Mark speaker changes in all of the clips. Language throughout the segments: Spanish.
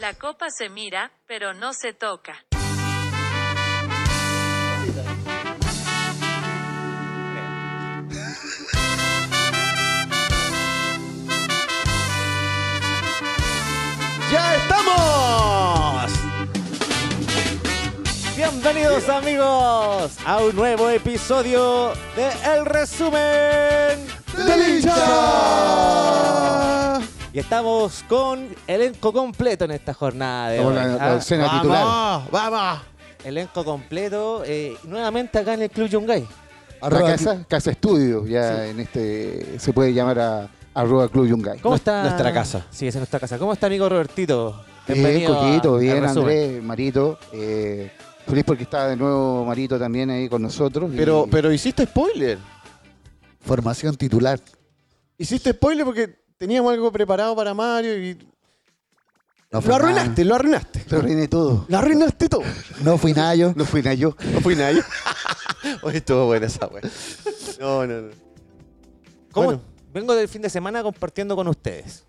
Speaker 1: La copa se mira, pero no se toca.
Speaker 2: ¡Ya estamos! Bienvenidos amigos a un nuevo episodio de El Resumen
Speaker 3: del hincha.
Speaker 2: Y estamos con elenco completo en esta jornada de hoy.
Speaker 3: Estamos en la- la
Speaker 2: Ah,
Speaker 3: escena titular.
Speaker 4: vamos.
Speaker 2: Elenco completo, eh, nuevamente acá en el Club Yungay.
Speaker 3: La
Speaker 4: Arroba
Speaker 3: casa, casa estudio, ya en este se puede llamar a arroba club Yungay.
Speaker 2: ¿Cómo
Speaker 4: Nues-
Speaker 2: está?
Speaker 4: nuestra casa.
Speaker 2: Sí, es nuestra casa. ¿Cómo está amigo Robertito?
Speaker 3: Bien,
Speaker 2: Bienvenido a-
Speaker 3: Coquito,
Speaker 2: al
Speaker 3: bien,
Speaker 2: Resumen.
Speaker 3: Andrés, Marito. eh, feliz porque está de nuevo Marito también ahí con nosotros. y-
Speaker 4: Pero, pero hiciste spoiler.
Speaker 5: Formación titular.
Speaker 4: Hiciste spoiler porque teníamos algo preparado para Mario y.
Speaker 5: No fue
Speaker 4: lo arruinaste, lo arruinaste.
Speaker 3: lo reiné todo.
Speaker 4: Lo arruinaste todo.
Speaker 5: nada. No fui nada yo.
Speaker 3: No fui nada yo.
Speaker 4: No fui nadie. Hoy estuvo buena esa wea. No, no, no.
Speaker 2: ¿Cómo?
Speaker 4: Bueno.
Speaker 2: Vengo del fin de semana compartiendo con ustedes.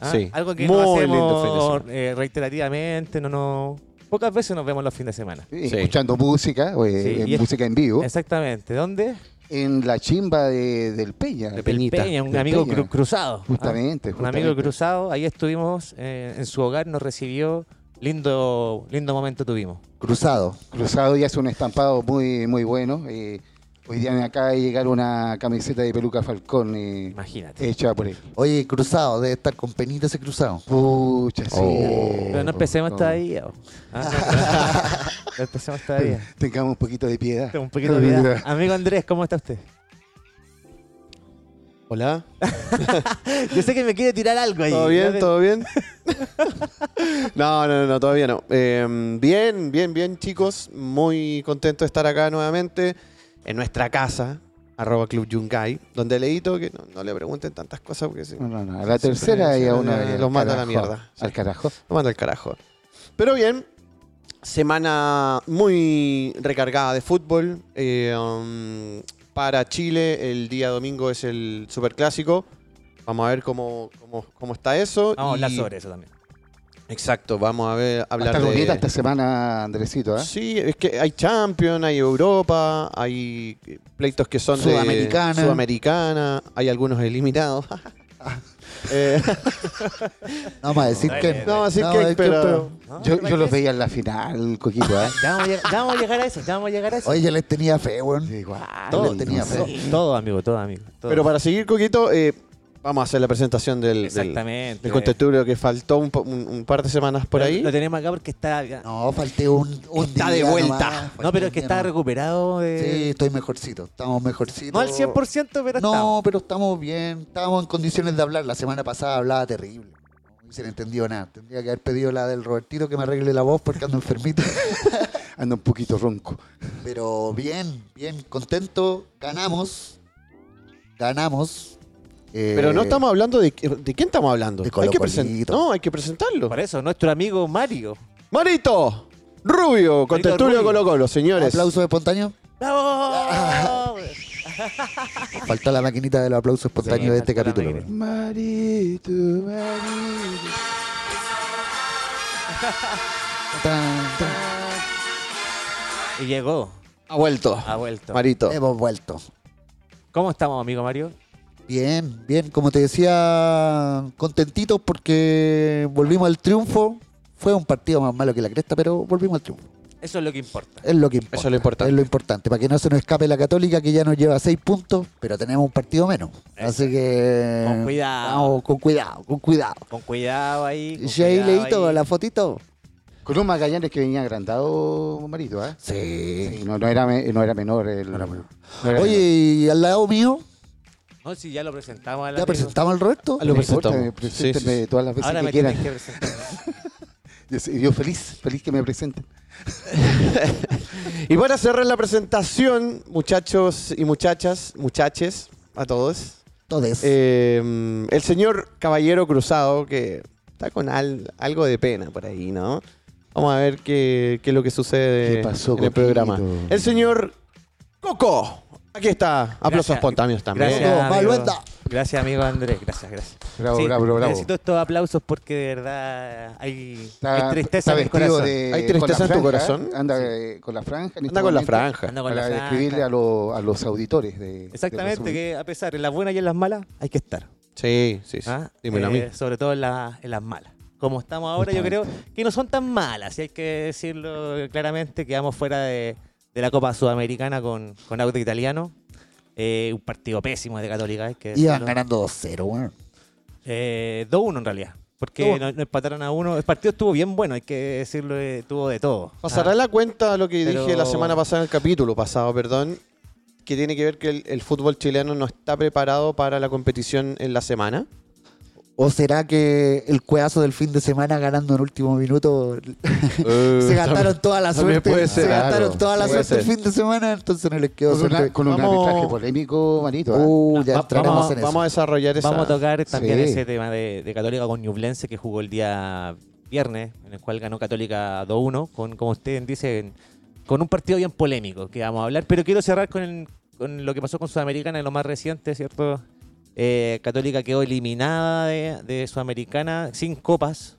Speaker 2: ¿ah?
Speaker 4: Sí.
Speaker 2: Algo que
Speaker 4: Muy
Speaker 2: no
Speaker 4: lindo fin de
Speaker 2: hacemos
Speaker 4: semana.
Speaker 2: eh, reiterativamente, no, no. Pocas veces nos vemos los fines de semana.
Speaker 3: Eh,
Speaker 4: Sí.
Speaker 3: Escuchando música, eh,
Speaker 2: Sí, y
Speaker 3: eh,
Speaker 2: es-
Speaker 3: música en vivo,
Speaker 2: Exactamente. ¿Dónde?
Speaker 3: en la chimba de- del Peña.
Speaker 2: Del
Speaker 5: Peñita.
Speaker 2: Peña, un
Speaker 3: Del
Speaker 2: amigo
Speaker 3: Peña.
Speaker 2: cru- cruzado. ¿ah?
Speaker 3: Justamente,
Speaker 2: Un amigo
Speaker 3: justamente.
Speaker 2: cruzado. Ahí estuvimos eh, en su hogar, nos recibió. Lindo, lindo momento tuvimos.
Speaker 5: Cruzado.
Speaker 3: Cruzado y hace un estampado muy, muy bueno. eh, hoy día me acaba de llegar una camiseta de peluca Falcón eh,
Speaker 2: Imagínate.
Speaker 3: hecha por él.
Speaker 5: Oye, cruzado, debe estar con penita ese cruzado.
Speaker 3: Pucha, sí.
Speaker 2: Oh. Pero no empecemos todavía. po. Ah, no, no empecemos todavía.
Speaker 3: Tengamos un poquito de piedad.
Speaker 2: Un poquito de vida. Amigo Andrés, ¿cómo está usted?
Speaker 4: Hola.
Speaker 2: Yo sé que me quiere tirar algo ahí.
Speaker 4: ¿Todo
Speaker 2: Ya
Speaker 4: bien?
Speaker 2: te-
Speaker 4: ¿Todo bien? No, no, no, todavía no. Eh, bien, bien, bien, chicos. Muy contento de estar acá nuevamente en nuestra casa, arroba Club Yungay, donde leíto que no, no le pregunten tantas cosas porque sí,
Speaker 3: No, no, no. A la tercera y a una vez.
Speaker 4: Los mata a la
Speaker 3: Carajo,
Speaker 4: mierda.
Speaker 3: Al carajo.
Speaker 4: lo manda al carajo. Pero bien, semana muy recargada de fútbol. Eh, um, para Chile, el día domingo es el superclásico. Vamos a ver cómo, cómo, cómo está eso.
Speaker 2: Vamos a hablar
Speaker 4: y-
Speaker 2: sobre eso también.
Speaker 4: Exacto, vamos a ver, hablar
Speaker 3: Hasta
Speaker 4: de...
Speaker 3: Rubieta esta semana, Andresito. ¿eh?
Speaker 4: Sí, es que hay Champions, hay Europa, hay eh, pleitos que son de-
Speaker 5: Sudamericana.
Speaker 4: Sudamericana, hay algunos eliminados. Eh,
Speaker 5: No vamos a decir
Speaker 2: No,
Speaker 5: que.
Speaker 2: dale,
Speaker 4: no,
Speaker 5: vamos a decir que,
Speaker 4: pero...
Speaker 2: Ah,
Speaker 3: Yo, yo los
Speaker 2: veía.
Speaker 3: veía en la final, Coquito. ¿eh?
Speaker 2: Ya vamos, a, lleg- ya vamos a llegar a eso, ya vamos a llegar a eso.
Speaker 5: Oye, yo les tenía fe, weón.
Speaker 2: todo,
Speaker 5: les tenía
Speaker 2: todo,
Speaker 5: fe.
Speaker 2: todo, amigo, todo, amigo. todo.
Speaker 4: Pero para seguir, Coquito, eh, vamos a hacer la presentación del, del,
Speaker 2: Exactamente.
Speaker 4: del contertulio que faltó un, po- un- un par de semanas por
Speaker 2: Lo-
Speaker 4: ahí.
Speaker 2: Lo tenemos acá porque está. No,
Speaker 5: No, falté un, un
Speaker 4: Está de
Speaker 5: día
Speaker 4: vuelta.
Speaker 5: nomás, falté
Speaker 2: pero
Speaker 5: un
Speaker 2: es que
Speaker 5: día
Speaker 2: está
Speaker 5: nomás.
Speaker 2: recuperado.
Speaker 5: Sí,
Speaker 2: De...
Speaker 5: estoy mejorcito. Estamos mejorcitos.
Speaker 2: no al 100%, pero
Speaker 5: No, pero estamos bien. Estábamos en condiciones de hablar. La semana pasada hablaba terrible. No hubiesen entendido nada. Tendría que haber pedido la del Robertito que me arregle la voz porque ando enfermito.
Speaker 3: Anda un poquito ronco.
Speaker 5: Pero bien, bien, contento. Ganamos. Ganamos. Eh,
Speaker 4: Pero no estamos hablando de... ¿De quién estamos hablando?
Speaker 5: De
Speaker 4: hay que
Speaker 5: Colo-Colito.
Speaker 4: presen- No, hay que presentarlo.
Speaker 2: estamos. Por eso, nuestro amigo Mario.
Speaker 4: Marito Rubio, contertulio
Speaker 2: Rubio.
Speaker 4: Colo Colo, señores.
Speaker 5: ¿Aplauso espontáneo?
Speaker 2: ¡Bravo!
Speaker 5: Faltó la maquinita de los aplausos espontáneos
Speaker 2: Sí,
Speaker 5: de este
Speaker 2: faltó la
Speaker 5: capítulo.
Speaker 2: maquinita.
Speaker 3: Marito, Marito.
Speaker 5: Tan, tan.
Speaker 2: y llegó,
Speaker 4: Ha vuelto.
Speaker 2: ha vuelto.
Speaker 4: Marito.
Speaker 5: Hemos vuelto.
Speaker 2: ¿Cómo estamos, amigo Mario?
Speaker 5: Bien, bien. Como te decía, contentitos porque volvimos al triunfo. Fue un partido más malo que la cresta, pero volvimos al triunfo.
Speaker 2: Eso es lo que importa.
Speaker 5: Es lo que importa.
Speaker 4: es lo importante.
Speaker 5: Es lo importante. Para que no se nos escape la Católica, que ya nos lleva seis puntos, pero tenemos un partido menos. Así que.
Speaker 2: Con cuidado.
Speaker 5: Vamos, con cuidado, con cuidado.
Speaker 2: Con cuidado ahí. con
Speaker 5: Y ahí
Speaker 2: cuidado
Speaker 5: leí todo,
Speaker 2: ahí.
Speaker 5: la fotito.
Speaker 3: Con un Magallanes que venía agrandado, Marito. ¿eh?
Speaker 5: Sí.
Speaker 3: Sí, no, no era, me- no era menor. El, no era menor.
Speaker 5: Oye, y al lado mío,
Speaker 2: No, si ya lo presentamos. al
Speaker 5: ya
Speaker 2: amigo.
Speaker 5: presentamos al Roberto.
Speaker 4: Lo
Speaker 3: No importa,
Speaker 4: presentamos.
Speaker 3: me preséntenme
Speaker 4: Sí, sí, sí.
Speaker 3: todas las veces
Speaker 2: Ahora
Speaker 3: que
Speaker 2: me
Speaker 3: quieran.
Speaker 2: tienes que presentar.
Speaker 3: Yo, soy- yo feliz, feliz que me presenten.
Speaker 4: Y para cerrar la presentación, muchachos y muchachas, muchaches, a todos,
Speaker 5: Entonces,
Speaker 4: eh, el señor Caballero Cruzado, que está con al- algo de pena por ahí, ¿no? Vamos a ver qué, qué es lo que sucede
Speaker 3: ¿Qué pasó,
Speaker 4: en el
Speaker 3: Coquito?
Speaker 4: programa. El señor Coco Aquí está. Aplausos
Speaker 2: Gracias.
Speaker 4: espontáneos también.
Speaker 2: Gracias,
Speaker 5: Todo,
Speaker 2: amigo.
Speaker 5: Maluenda.
Speaker 2: Gracias, amigo Andrés. Gracias, gracias.
Speaker 3: Bravo, bravo, bravo.
Speaker 2: Necesito estos aplausos porque de verdad hay,
Speaker 3: Está,
Speaker 2: hay tristeza
Speaker 3: está
Speaker 2: en el
Speaker 3: vestido
Speaker 2: corazón.
Speaker 3: de.
Speaker 4: ¿Hay tristeza
Speaker 3: con la
Speaker 4: en tu
Speaker 3: franja,
Speaker 4: corazón?
Speaker 3: Anda eh, con la franja. en este
Speaker 4: Anda con la
Speaker 3: momento,
Speaker 4: franja.
Speaker 2: Anda con
Speaker 3: Para
Speaker 2: la franja.
Speaker 3: describirle a, lo- a los auditores de. del
Speaker 2: Exactamente,
Speaker 3: resumen.
Speaker 2: que a pesar, en las buenas y en las malas, hay que estar.
Speaker 4: Sí, sí, sí.
Speaker 2: ¿ah?
Speaker 4: Dímelo a mí.
Speaker 2: Eh, Sobre todo en, la- en las malas. Como estamos ahora, yo creo que no son tan malas, y hay que decirlo claramente. Quedamos fuera de, de la Copa Sudamericana con, con Auto Italiano. Eh, un partido pésimo de Católica, hay que
Speaker 5: Iban
Speaker 2: decirlo.
Speaker 5: ganando 2-0, weón.
Speaker 2: Eh, 2-1 en realidad. Porque no, no empataron a uno. El partido estuvo bien bueno, hay que decirlo, eh, tuvo de todo. Ah,
Speaker 4: Pasará la cuenta lo que
Speaker 2: Pero-
Speaker 4: dije la semana pasada en el capítulo pasado, perdón, que tiene que ver que el, el fútbol chileno no está preparado para la competición en la semana.
Speaker 5: ¿O será que el cueazo del fin de semana ganando en último minuto se gastaron toda la
Speaker 4: Eh, también puede
Speaker 5: suerte?
Speaker 4: ser,
Speaker 5: Se gastaron
Speaker 3: claro.
Speaker 5: toda la
Speaker 4: Puede
Speaker 5: suerte el
Speaker 4: ser.
Speaker 5: fin de semana, entonces no les quedó
Speaker 3: Con, Pues una-
Speaker 5: suerte.
Speaker 3: con un
Speaker 4: Vamos-
Speaker 3: arbitraje polémico, manito. ¿ah?
Speaker 5: Uh, ya
Speaker 2: Va-
Speaker 5: entraremos
Speaker 4: vamos,
Speaker 5: en eso.
Speaker 4: vamos a desarrollar esa.
Speaker 2: Vamos a tocar también
Speaker 3: Sí.
Speaker 2: ese tema de, de Católica con Ñublense que jugó el día viernes, en el cual ganó Católica 2-1, con, como ustedes dicen, con un partido bien polémico que vamos a hablar. Pero quiero cerrar con, el- con lo que pasó con Sudamericana en lo más reciente, ¿cierto? Eh, Católica quedó eliminada de, de Sudamericana sin copas,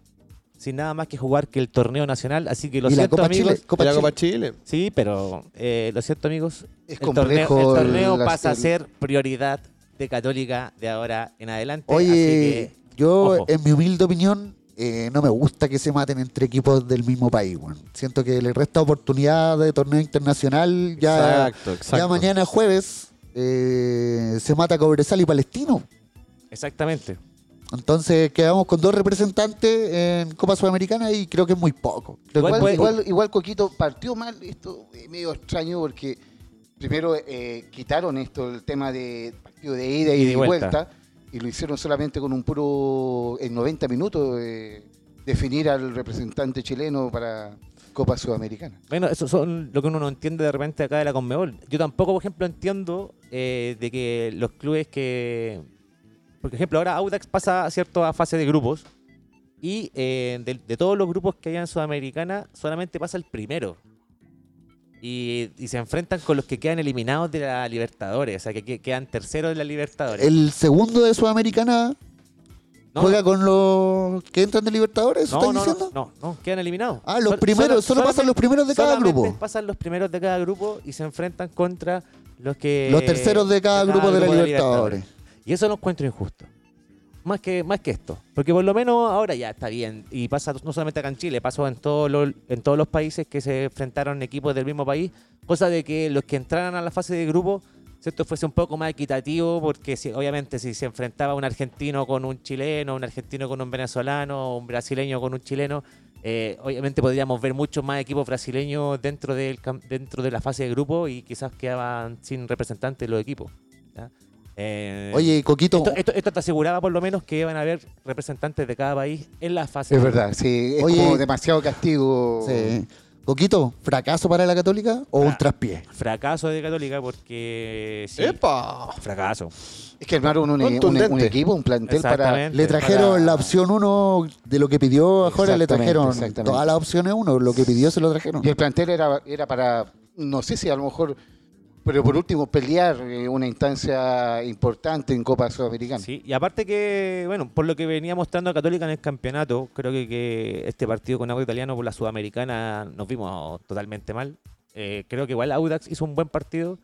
Speaker 2: sin nada más que jugar que el torneo nacional. Así que lo
Speaker 5: Y la
Speaker 2: siento,
Speaker 5: Copa
Speaker 2: amigos.
Speaker 5: Chile. Copa
Speaker 4: de la
Speaker 5: Chile.
Speaker 4: Copa Chile.
Speaker 2: Sí, pero eh, lo siento, amigos. el
Speaker 3: Es
Speaker 2: torneo, el
Speaker 3: complejo
Speaker 2: torneo
Speaker 3: el-
Speaker 2: pasa a
Speaker 3: el-
Speaker 2: ser prioridad de Católica de ahora en adelante.
Speaker 5: Oye,
Speaker 2: así
Speaker 5: yo,
Speaker 2: ojo.
Speaker 5: en mi humilde opinión, eh, no me gusta que se maten entre equipos del mismo país, weón. Siento que le resta oportunidad de torneo internacional. Ya,
Speaker 4: exacto, exacto.
Speaker 5: ya mañana jueves eh, se mata Cobresal y Palestino.
Speaker 2: que- exactamente.
Speaker 5: Entonces quedamos con dos representantes en Copa Sudamericana y creo que es muy poco. Creo que-
Speaker 3: Igual,
Speaker 2: puede-
Speaker 3: igual, igual Coquito partió mal, esto es medio extraño porque primero eh, quitaron esto, el tema de partido de ida y,
Speaker 2: Y de
Speaker 3: de
Speaker 2: vuelta.
Speaker 3: vuelta. y lo hicieron solamente con un puro, en 90 minutos, eh, definir al representante chileno para Copa Sudamericana.
Speaker 2: Bueno, eso son lo que uno no entiende de repente acá de la Conmebol. Yo tampoco, por ejemplo, entiendo eh, de que los clubes que... Por ejemplo, ahora Audax pasa cierto a fase de grupos y eh, de, de todos los grupos que hay en Sudamericana solamente pasa el primero. Y, y se enfrentan con los que quedan eliminados de la Libertadores, o sea, que que- quedan terceros de la Libertadores.
Speaker 5: el segundo de Sudamericana
Speaker 2: No,
Speaker 5: juega con los que entran de Libertadores,
Speaker 2: no,
Speaker 5: ¿están
Speaker 2: no,
Speaker 5: diciendo?
Speaker 2: no, no, no, quedan eliminados.
Speaker 5: Ah, los
Speaker 2: Sol-
Speaker 5: primeros, solo,
Speaker 2: solamente-
Speaker 5: pasan los primeros de cada
Speaker 2: Solamente
Speaker 5: grupo.
Speaker 2: pasan los primeros de cada grupo y se enfrentan contra los que.
Speaker 5: Los terceros
Speaker 2: eh,
Speaker 5: de cada grupo de la Libertadores.
Speaker 2: Y eso lo encuentro injusto. Más que, más que esto. Porque por lo menos ahora ya está bien. Y pasa no solamente acá en Chile, pasó en, todos los- en todos los países que se enfrentaron equipos del mismo país. Cosa de que los que entraran a la fase de grupo, ¿cierto? Fuese un poco más equitativo, porque si- obviamente si se enfrentaba un argentino con un chileno, un argentino con un venezolano, un brasileño con un chileno, eh, obviamente podríamos ver muchos más equipos brasileños dentro, del, cam- dentro de la fase de grupo y quizás quedaban sin representantes los equipos. ¿ya? Eh,
Speaker 5: Oye, Coquito,
Speaker 2: esto, esto- esto te aseguraba por lo menos que iban a haber representantes de cada país en la fase.
Speaker 3: Es verdad, sí, es
Speaker 5: Oye.
Speaker 3: como demasiado castigo.
Speaker 5: sí. Coquito, ¿fracaso para la Católica o un
Speaker 2: Ah.
Speaker 5: traspié?
Speaker 2: Fracaso de Católica porque... sí,
Speaker 4: ¡Epa!
Speaker 2: Fracaso.
Speaker 3: Es que armaron un, un-
Speaker 4: Contundente.
Speaker 3: un equipo, un plantel para...
Speaker 2: Exactamente.
Speaker 5: Le trajeron
Speaker 3: Para-
Speaker 5: la opción 1 de lo que pidió a Jorge, le
Speaker 3: Exactamente,
Speaker 5: trajeron
Speaker 3: exactamente.
Speaker 5: todas las opciones 1, lo que pidió se lo trajeron.
Speaker 3: Y el plantel era, era para, no sé si a lo mejor, pero por último pelear eh, una instancia importante en Copa Sudamericana.
Speaker 2: Sí, y aparte que, bueno, por lo que venía mostrando Católica en el campeonato, creo que, que este partido con Audax Italiano por la Sudamericana nos vimos totalmente mal. Eh, creo que igual Audax hizo un buen partido,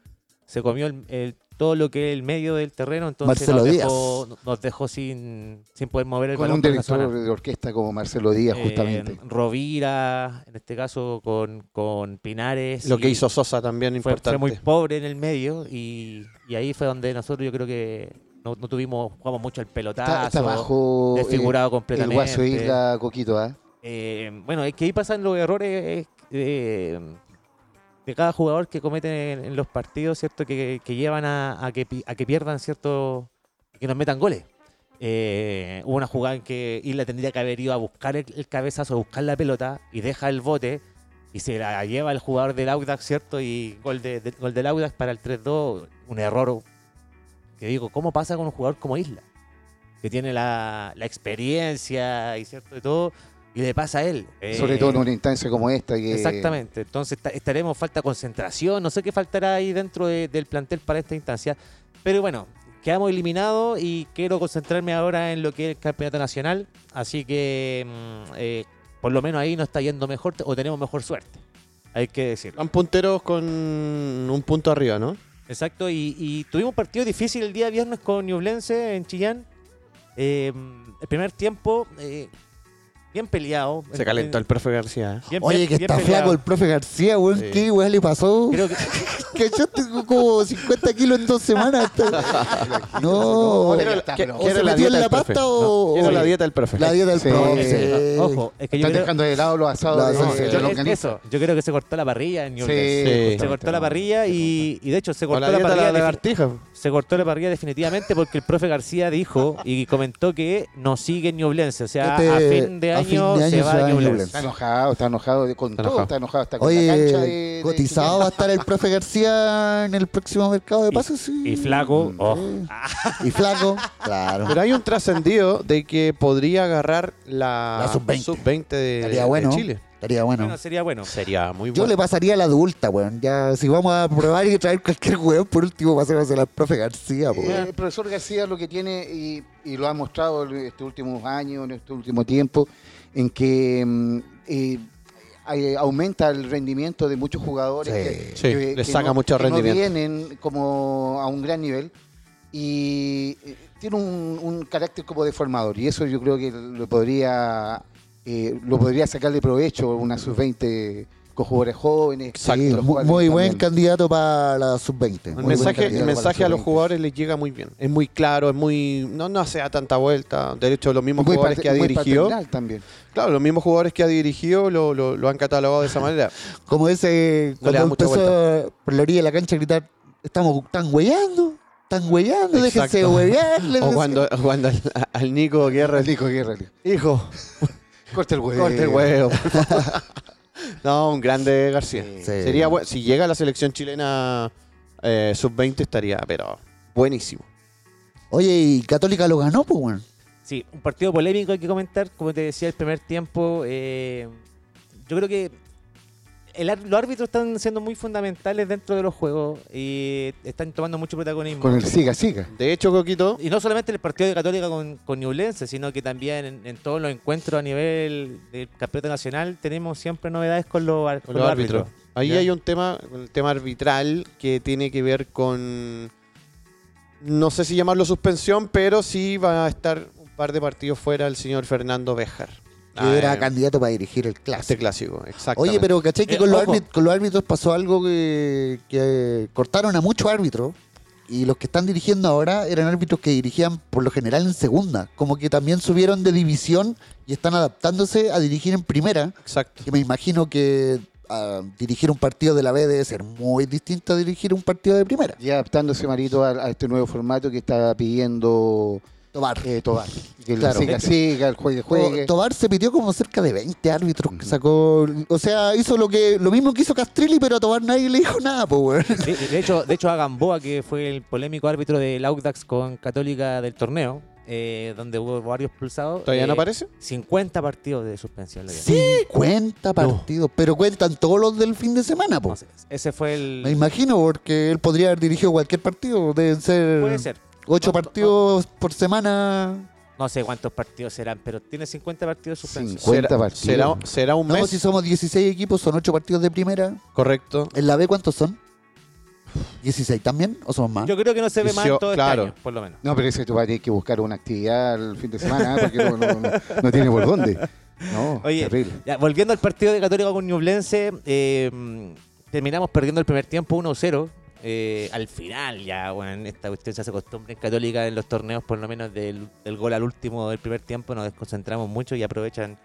Speaker 2: se comió el, el- todo lo que es el medio del terreno, entonces
Speaker 5: Marcelo
Speaker 2: nos
Speaker 5: Díaz.
Speaker 2: dejó, nos dejó sin, sin poder mover el
Speaker 3: Con
Speaker 2: balón
Speaker 3: un
Speaker 2: por la
Speaker 3: director
Speaker 2: zona.
Speaker 3: de orquesta como Marcelo Díaz,
Speaker 2: Eh,
Speaker 3: justamente.
Speaker 2: Rovira, en este caso con, con Pinares.
Speaker 4: Lo que
Speaker 2: y
Speaker 4: hizo Sosa también
Speaker 2: fue,
Speaker 4: importante.
Speaker 2: fue muy pobre en el medio y, y ahí fue donde nosotros yo creo que no, no tuvimos, jugamos mucho el pelotazo.
Speaker 3: Está, está bajo eh,
Speaker 2: desfigurado
Speaker 3: el
Speaker 2: completamente.
Speaker 3: Guaso Isla Coquito, ¿ah?
Speaker 2: Eh, bueno, es que ahí pasan los errores eh, de cada jugador que cometen en, en los partidos, ¿cierto? Que, que llevan a, a que, pi- a que pierdan, ¿cierto? Que nos metan goles. Eh, hubo una jugada en que Isla tendría que haber ido a buscar el, el cabezazo, a buscar la pelota y deja el bote y se la lleva el jugador del Audax, ¿cierto? Y gol, de, de- gol del Audax para el 3-2, un error que digo, ¿cómo pasa con un jugador como Isla? Que tiene la, la experiencia y cierto de todo, Y le pasa a él.
Speaker 3: Sobre todo en
Speaker 2: Eh,
Speaker 3: una instancia como esta. Que,
Speaker 2: Exactamente. Entonces ta- estaremos falta concentración. No sé qué faltará ahí dentro de- del plantel para esta instancia. Pero bueno, quedamos eliminados y quiero concentrarme ahora en lo que es el campeonato nacional. Así que mm, eh, por lo menos ahí nos está yendo mejor o tenemos mejor suerte. Hay que decirlo.
Speaker 4: Van punteros con un punto arriba, ¿no?
Speaker 2: Exacto, y, y tuvimos un partido difícil el día viernes con Ñublense en Chillán. Eh, el primer tiempo, eh, bien peleado.
Speaker 4: Se calentó el profe García. ¿eh?
Speaker 2: Bien-
Speaker 5: Oye,
Speaker 2: bien-
Speaker 5: que
Speaker 2: bien
Speaker 5: está
Speaker 2: peleado.
Speaker 5: flaco el profe García, weón.
Speaker 4: Sí.
Speaker 5: ¿Qué weón le pasó?
Speaker 2: Creo que,
Speaker 5: Que yo tengo como 50 kilos en dos semanas. No.
Speaker 3: Ahora ya
Speaker 5: ¿O
Speaker 3: está,
Speaker 4: ¿Qué-
Speaker 3: pero-
Speaker 4: qué
Speaker 5: se
Speaker 4: era la
Speaker 5: metió
Speaker 4: dieta
Speaker 5: en
Speaker 4: del
Speaker 5: la
Speaker 4: profe?
Speaker 5: pasta
Speaker 4: No,
Speaker 5: o...?
Speaker 4: ¿qué era
Speaker 5: o
Speaker 4: la
Speaker 5: la
Speaker 4: dieta del profe.
Speaker 5: dieta del
Speaker 3: Sí.
Speaker 5: profe.
Speaker 2: eh, ojo, es que yo
Speaker 3: Están
Speaker 2: creo,
Speaker 3: dejando de lado los
Speaker 5: La-
Speaker 3: asados
Speaker 5: no,
Speaker 3: de,
Speaker 5: sí,
Speaker 2: yo-
Speaker 3: de
Speaker 5: la
Speaker 2: es-
Speaker 3: longaniza.
Speaker 2: eso, yo creo que se cortó la parrilla en
Speaker 3: Sí,
Speaker 2: Ñublense. se
Speaker 3: justamente,
Speaker 2: cortó la
Speaker 3: ¿no?
Speaker 2: parrilla y, y de hecho se
Speaker 4: O
Speaker 2: cortó
Speaker 4: la
Speaker 2: la,
Speaker 4: dieta de
Speaker 2: parrilla
Speaker 4: la
Speaker 2: defini-
Speaker 4: lagartija.
Speaker 2: se cortó la parrilla definitivamente porque el profe García dijo y comentó que no sigue Ñublense. O sea,
Speaker 5: Este-
Speaker 2: a fin de
Speaker 5: a
Speaker 2: año,
Speaker 5: fin de
Speaker 2: se
Speaker 5: año
Speaker 2: va Ñublense.
Speaker 5: Ñublense.
Speaker 3: Está enojado, está enojado de- con
Speaker 4: Está
Speaker 3: todo,
Speaker 4: enojado.
Speaker 3: está enojado hasta con la cancha de-
Speaker 5: Oye,
Speaker 3: de
Speaker 5: cotizado va a estar el profe García en el próximo mercado de
Speaker 2: Y-
Speaker 5: pases. sí.
Speaker 2: Y flaco. oh.
Speaker 5: Sí. Y flaco. Claro.
Speaker 4: Pero hay un trascendido de que podría agarrar la,
Speaker 5: La sub-20.
Speaker 4: sub-20 de,
Speaker 5: Estaría
Speaker 4: eh, de
Speaker 5: bueno.
Speaker 4: Chile.
Speaker 5: Estaría
Speaker 2: Bueno,
Speaker 5: bueno.
Speaker 2: sería bueno.
Speaker 4: Sería muy
Speaker 5: Yo le
Speaker 4: bueno.
Speaker 5: pasaría a la adulta, weón. Ya, si vamos a probar y traer cualquier weón, por último, pasémosela al profe García, po,
Speaker 3: Eh,
Speaker 5: weón.
Speaker 3: el profesor García lo que tiene, y, y lo ha mostrado en estos últimos años, en este último tiempo, en que mm, eh, eh, aumenta el rendimiento de muchos jugadores
Speaker 5: Sí.
Speaker 3: que,
Speaker 4: Sí,
Speaker 3: que-
Speaker 4: le
Speaker 3: que
Speaker 4: saca
Speaker 3: no-
Speaker 4: mucho
Speaker 3: que no
Speaker 4: rendimiento.
Speaker 3: vienen como a un gran nivel y eh, tiene un, un carácter como de formador y eso yo creo que lo podría eh, lo podría sacarle provecho una sub-20 con jugadores jóvenes.
Speaker 5: Sí,
Speaker 3: que
Speaker 5: mu-
Speaker 3: los
Speaker 5: muy,
Speaker 3: jugadores
Speaker 5: buen
Speaker 3: también-
Speaker 5: candidato para la sub-20.
Speaker 4: El
Speaker 5: Muy buen
Speaker 4: mensaje, el
Speaker 5: candidato.
Speaker 4: mensaje a los
Speaker 3: sub-20.
Speaker 4: jugadores les llega muy bien. Es muy claro, es muy. No, no hace a tanta vuelta. De hecho, los mismos
Speaker 3: muy
Speaker 4: jugadores
Speaker 3: parte-
Speaker 4: que ha
Speaker 3: muy
Speaker 4: dirigido.
Speaker 3: paternal también.
Speaker 4: Claro, los mismos jugadores que ha dirigido lo, lo- lo han catalogado de esa manera.
Speaker 5: Como ese,
Speaker 4: No le
Speaker 5: cuando
Speaker 4: da mucha
Speaker 5: empezó por la orilla de la cancha a gritar, estamos tan hueando, tan hueando, déjense de
Speaker 4: Exacto.
Speaker 5: huevear. le
Speaker 4: O
Speaker 5: decía.
Speaker 2: eh,
Speaker 4: cuando, cuando al, al Nico Guerra.
Speaker 3: El hijo Guerra, el hijo.
Speaker 4: Hijo,
Speaker 3: Corta el huevo.
Speaker 4: corte el huevo. por favor". no, un grande García.
Speaker 5: Sí.
Speaker 4: Sería buen- Si llega a la selección chilena eh, sub-20 estaría, pero buenísimo.
Speaker 5: Oye, y Católica lo ganó, pues, weón.
Speaker 2: Sí, un partido polémico hay que comentar. Como te decía, el primer tiempo. eh, yo creo que el ar- los árbitros están siendo muy fundamentales dentro de los juegos y están tomando mucho protagonismo.
Speaker 3: Con el siga, siga.
Speaker 4: De hecho, Coquito,
Speaker 2: Y no solamente en el partido de Católica con, con Ñublense, sino que también en, en todos los encuentros a nivel del campeonato nacional tenemos siempre novedades con los, ar- con
Speaker 4: Los
Speaker 2: los
Speaker 4: árbitros.
Speaker 2: árbitros.
Speaker 4: Ahí
Speaker 2: Ya.
Speaker 4: hay un tema, el tema arbitral, que tiene que ver con. No sé si llamarlo suspensión, pero sí va a estar un par de partidos fuera el señor Fernando Bejar.
Speaker 5: Que era
Speaker 4: eh,
Speaker 5: candidato para dirigir el
Speaker 4: Este
Speaker 5: clásico.
Speaker 4: clásico, exacto.
Speaker 5: Oye, pero caché
Speaker 2: Eh,
Speaker 5: que con, los
Speaker 2: ojo.
Speaker 5: árbit- con los árbitros pasó algo que, que cortaron a muchos árbitros y los que están dirigiendo ahora eran árbitros que dirigían por lo general en segunda, como que también subieron de división y están adaptándose a dirigir en primera,
Speaker 4: Exacto.
Speaker 5: que me imagino que ah, dirigir un partido de la B debe ser muy distinto a dirigir un partido de primera.
Speaker 3: Y adaptándose Marito a, a este nuevo formato que está pidiendo
Speaker 5: Tobar.
Speaker 3: eh, Tobar. Que el
Speaker 5: Claro.
Speaker 3: siga, siga, el juegue, juegue.
Speaker 5: To- Tobar se pidió como cerca de 20 árbitros que sacó, o sea, hizo lo que lo mismo que hizo Castrilli, pero a Tobar nadie le dijo nada, pues. weón.
Speaker 2: Sí, y de hecho, de hecho a Gamboa, que fue el polémico árbitro del Audax con Católica del torneo, eh, donde hubo varios expulsados.
Speaker 4: ¿Todavía
Speaker 2: eh,
Speaker 4: no aparece?
Speaker 2: 50 partidos de suspensión. le dieron.
Speaker 5: 50 partidos. Pero cuentan todos los del fin de semana, po.
Speaker 2: Entonces, ese fue
Speaker 5: Me
Speaker 2: el...
Speaker 5: imagino, porque él podría haber dirigido cualquier partido. Deben ser,
Speaker 2: Puede ser.
Speaker 5: 8
Speaker 2: No, no,
Speaker 5: partidos por semana.
Speaker 2: No sé cuántos partidos serán, pero tiene 50 partidos de suspensión.
Speaker 3: Cinco. Cuenta
Speaker 4: Será-
Speaker 3: partidos.
Speaker 4: Será, será un
Speaker 5: No, pues
Speaker 4: mes.
Speaker 5: si somos 16 equipos, son 8 partidos de primera.
Speaker 4: Correcto.
Speaker 5: ¿En la B cuántos son? ¿16 también? ¿O son más?
Speaker 2: Yo creo que no se ve más
Speaker 4: Dicio-
Speaker 2: en todo
Speaker 4: claro.
Speaker 2: este año, por lo menos.
Speaker 3: No, pero ese Tobar tiene que buscar una actividad el fin de semana ¿eh? porque no, no- no- no tiene por dónde. No,
Speaker 2: Oye,
Speaker 3: terrible.
Speaker 2: Ya, volviendo al partido de Católica con Ñublense, eh, mm, terminamos perdiendo el primer tiempo 1-0. eh, al final, ya, bueno, esta cuestión se hace costumbre en Católica en los torneos, por lo menos del, del gol al último del primer tiempo, nos desconcentramos mucho y aprovechan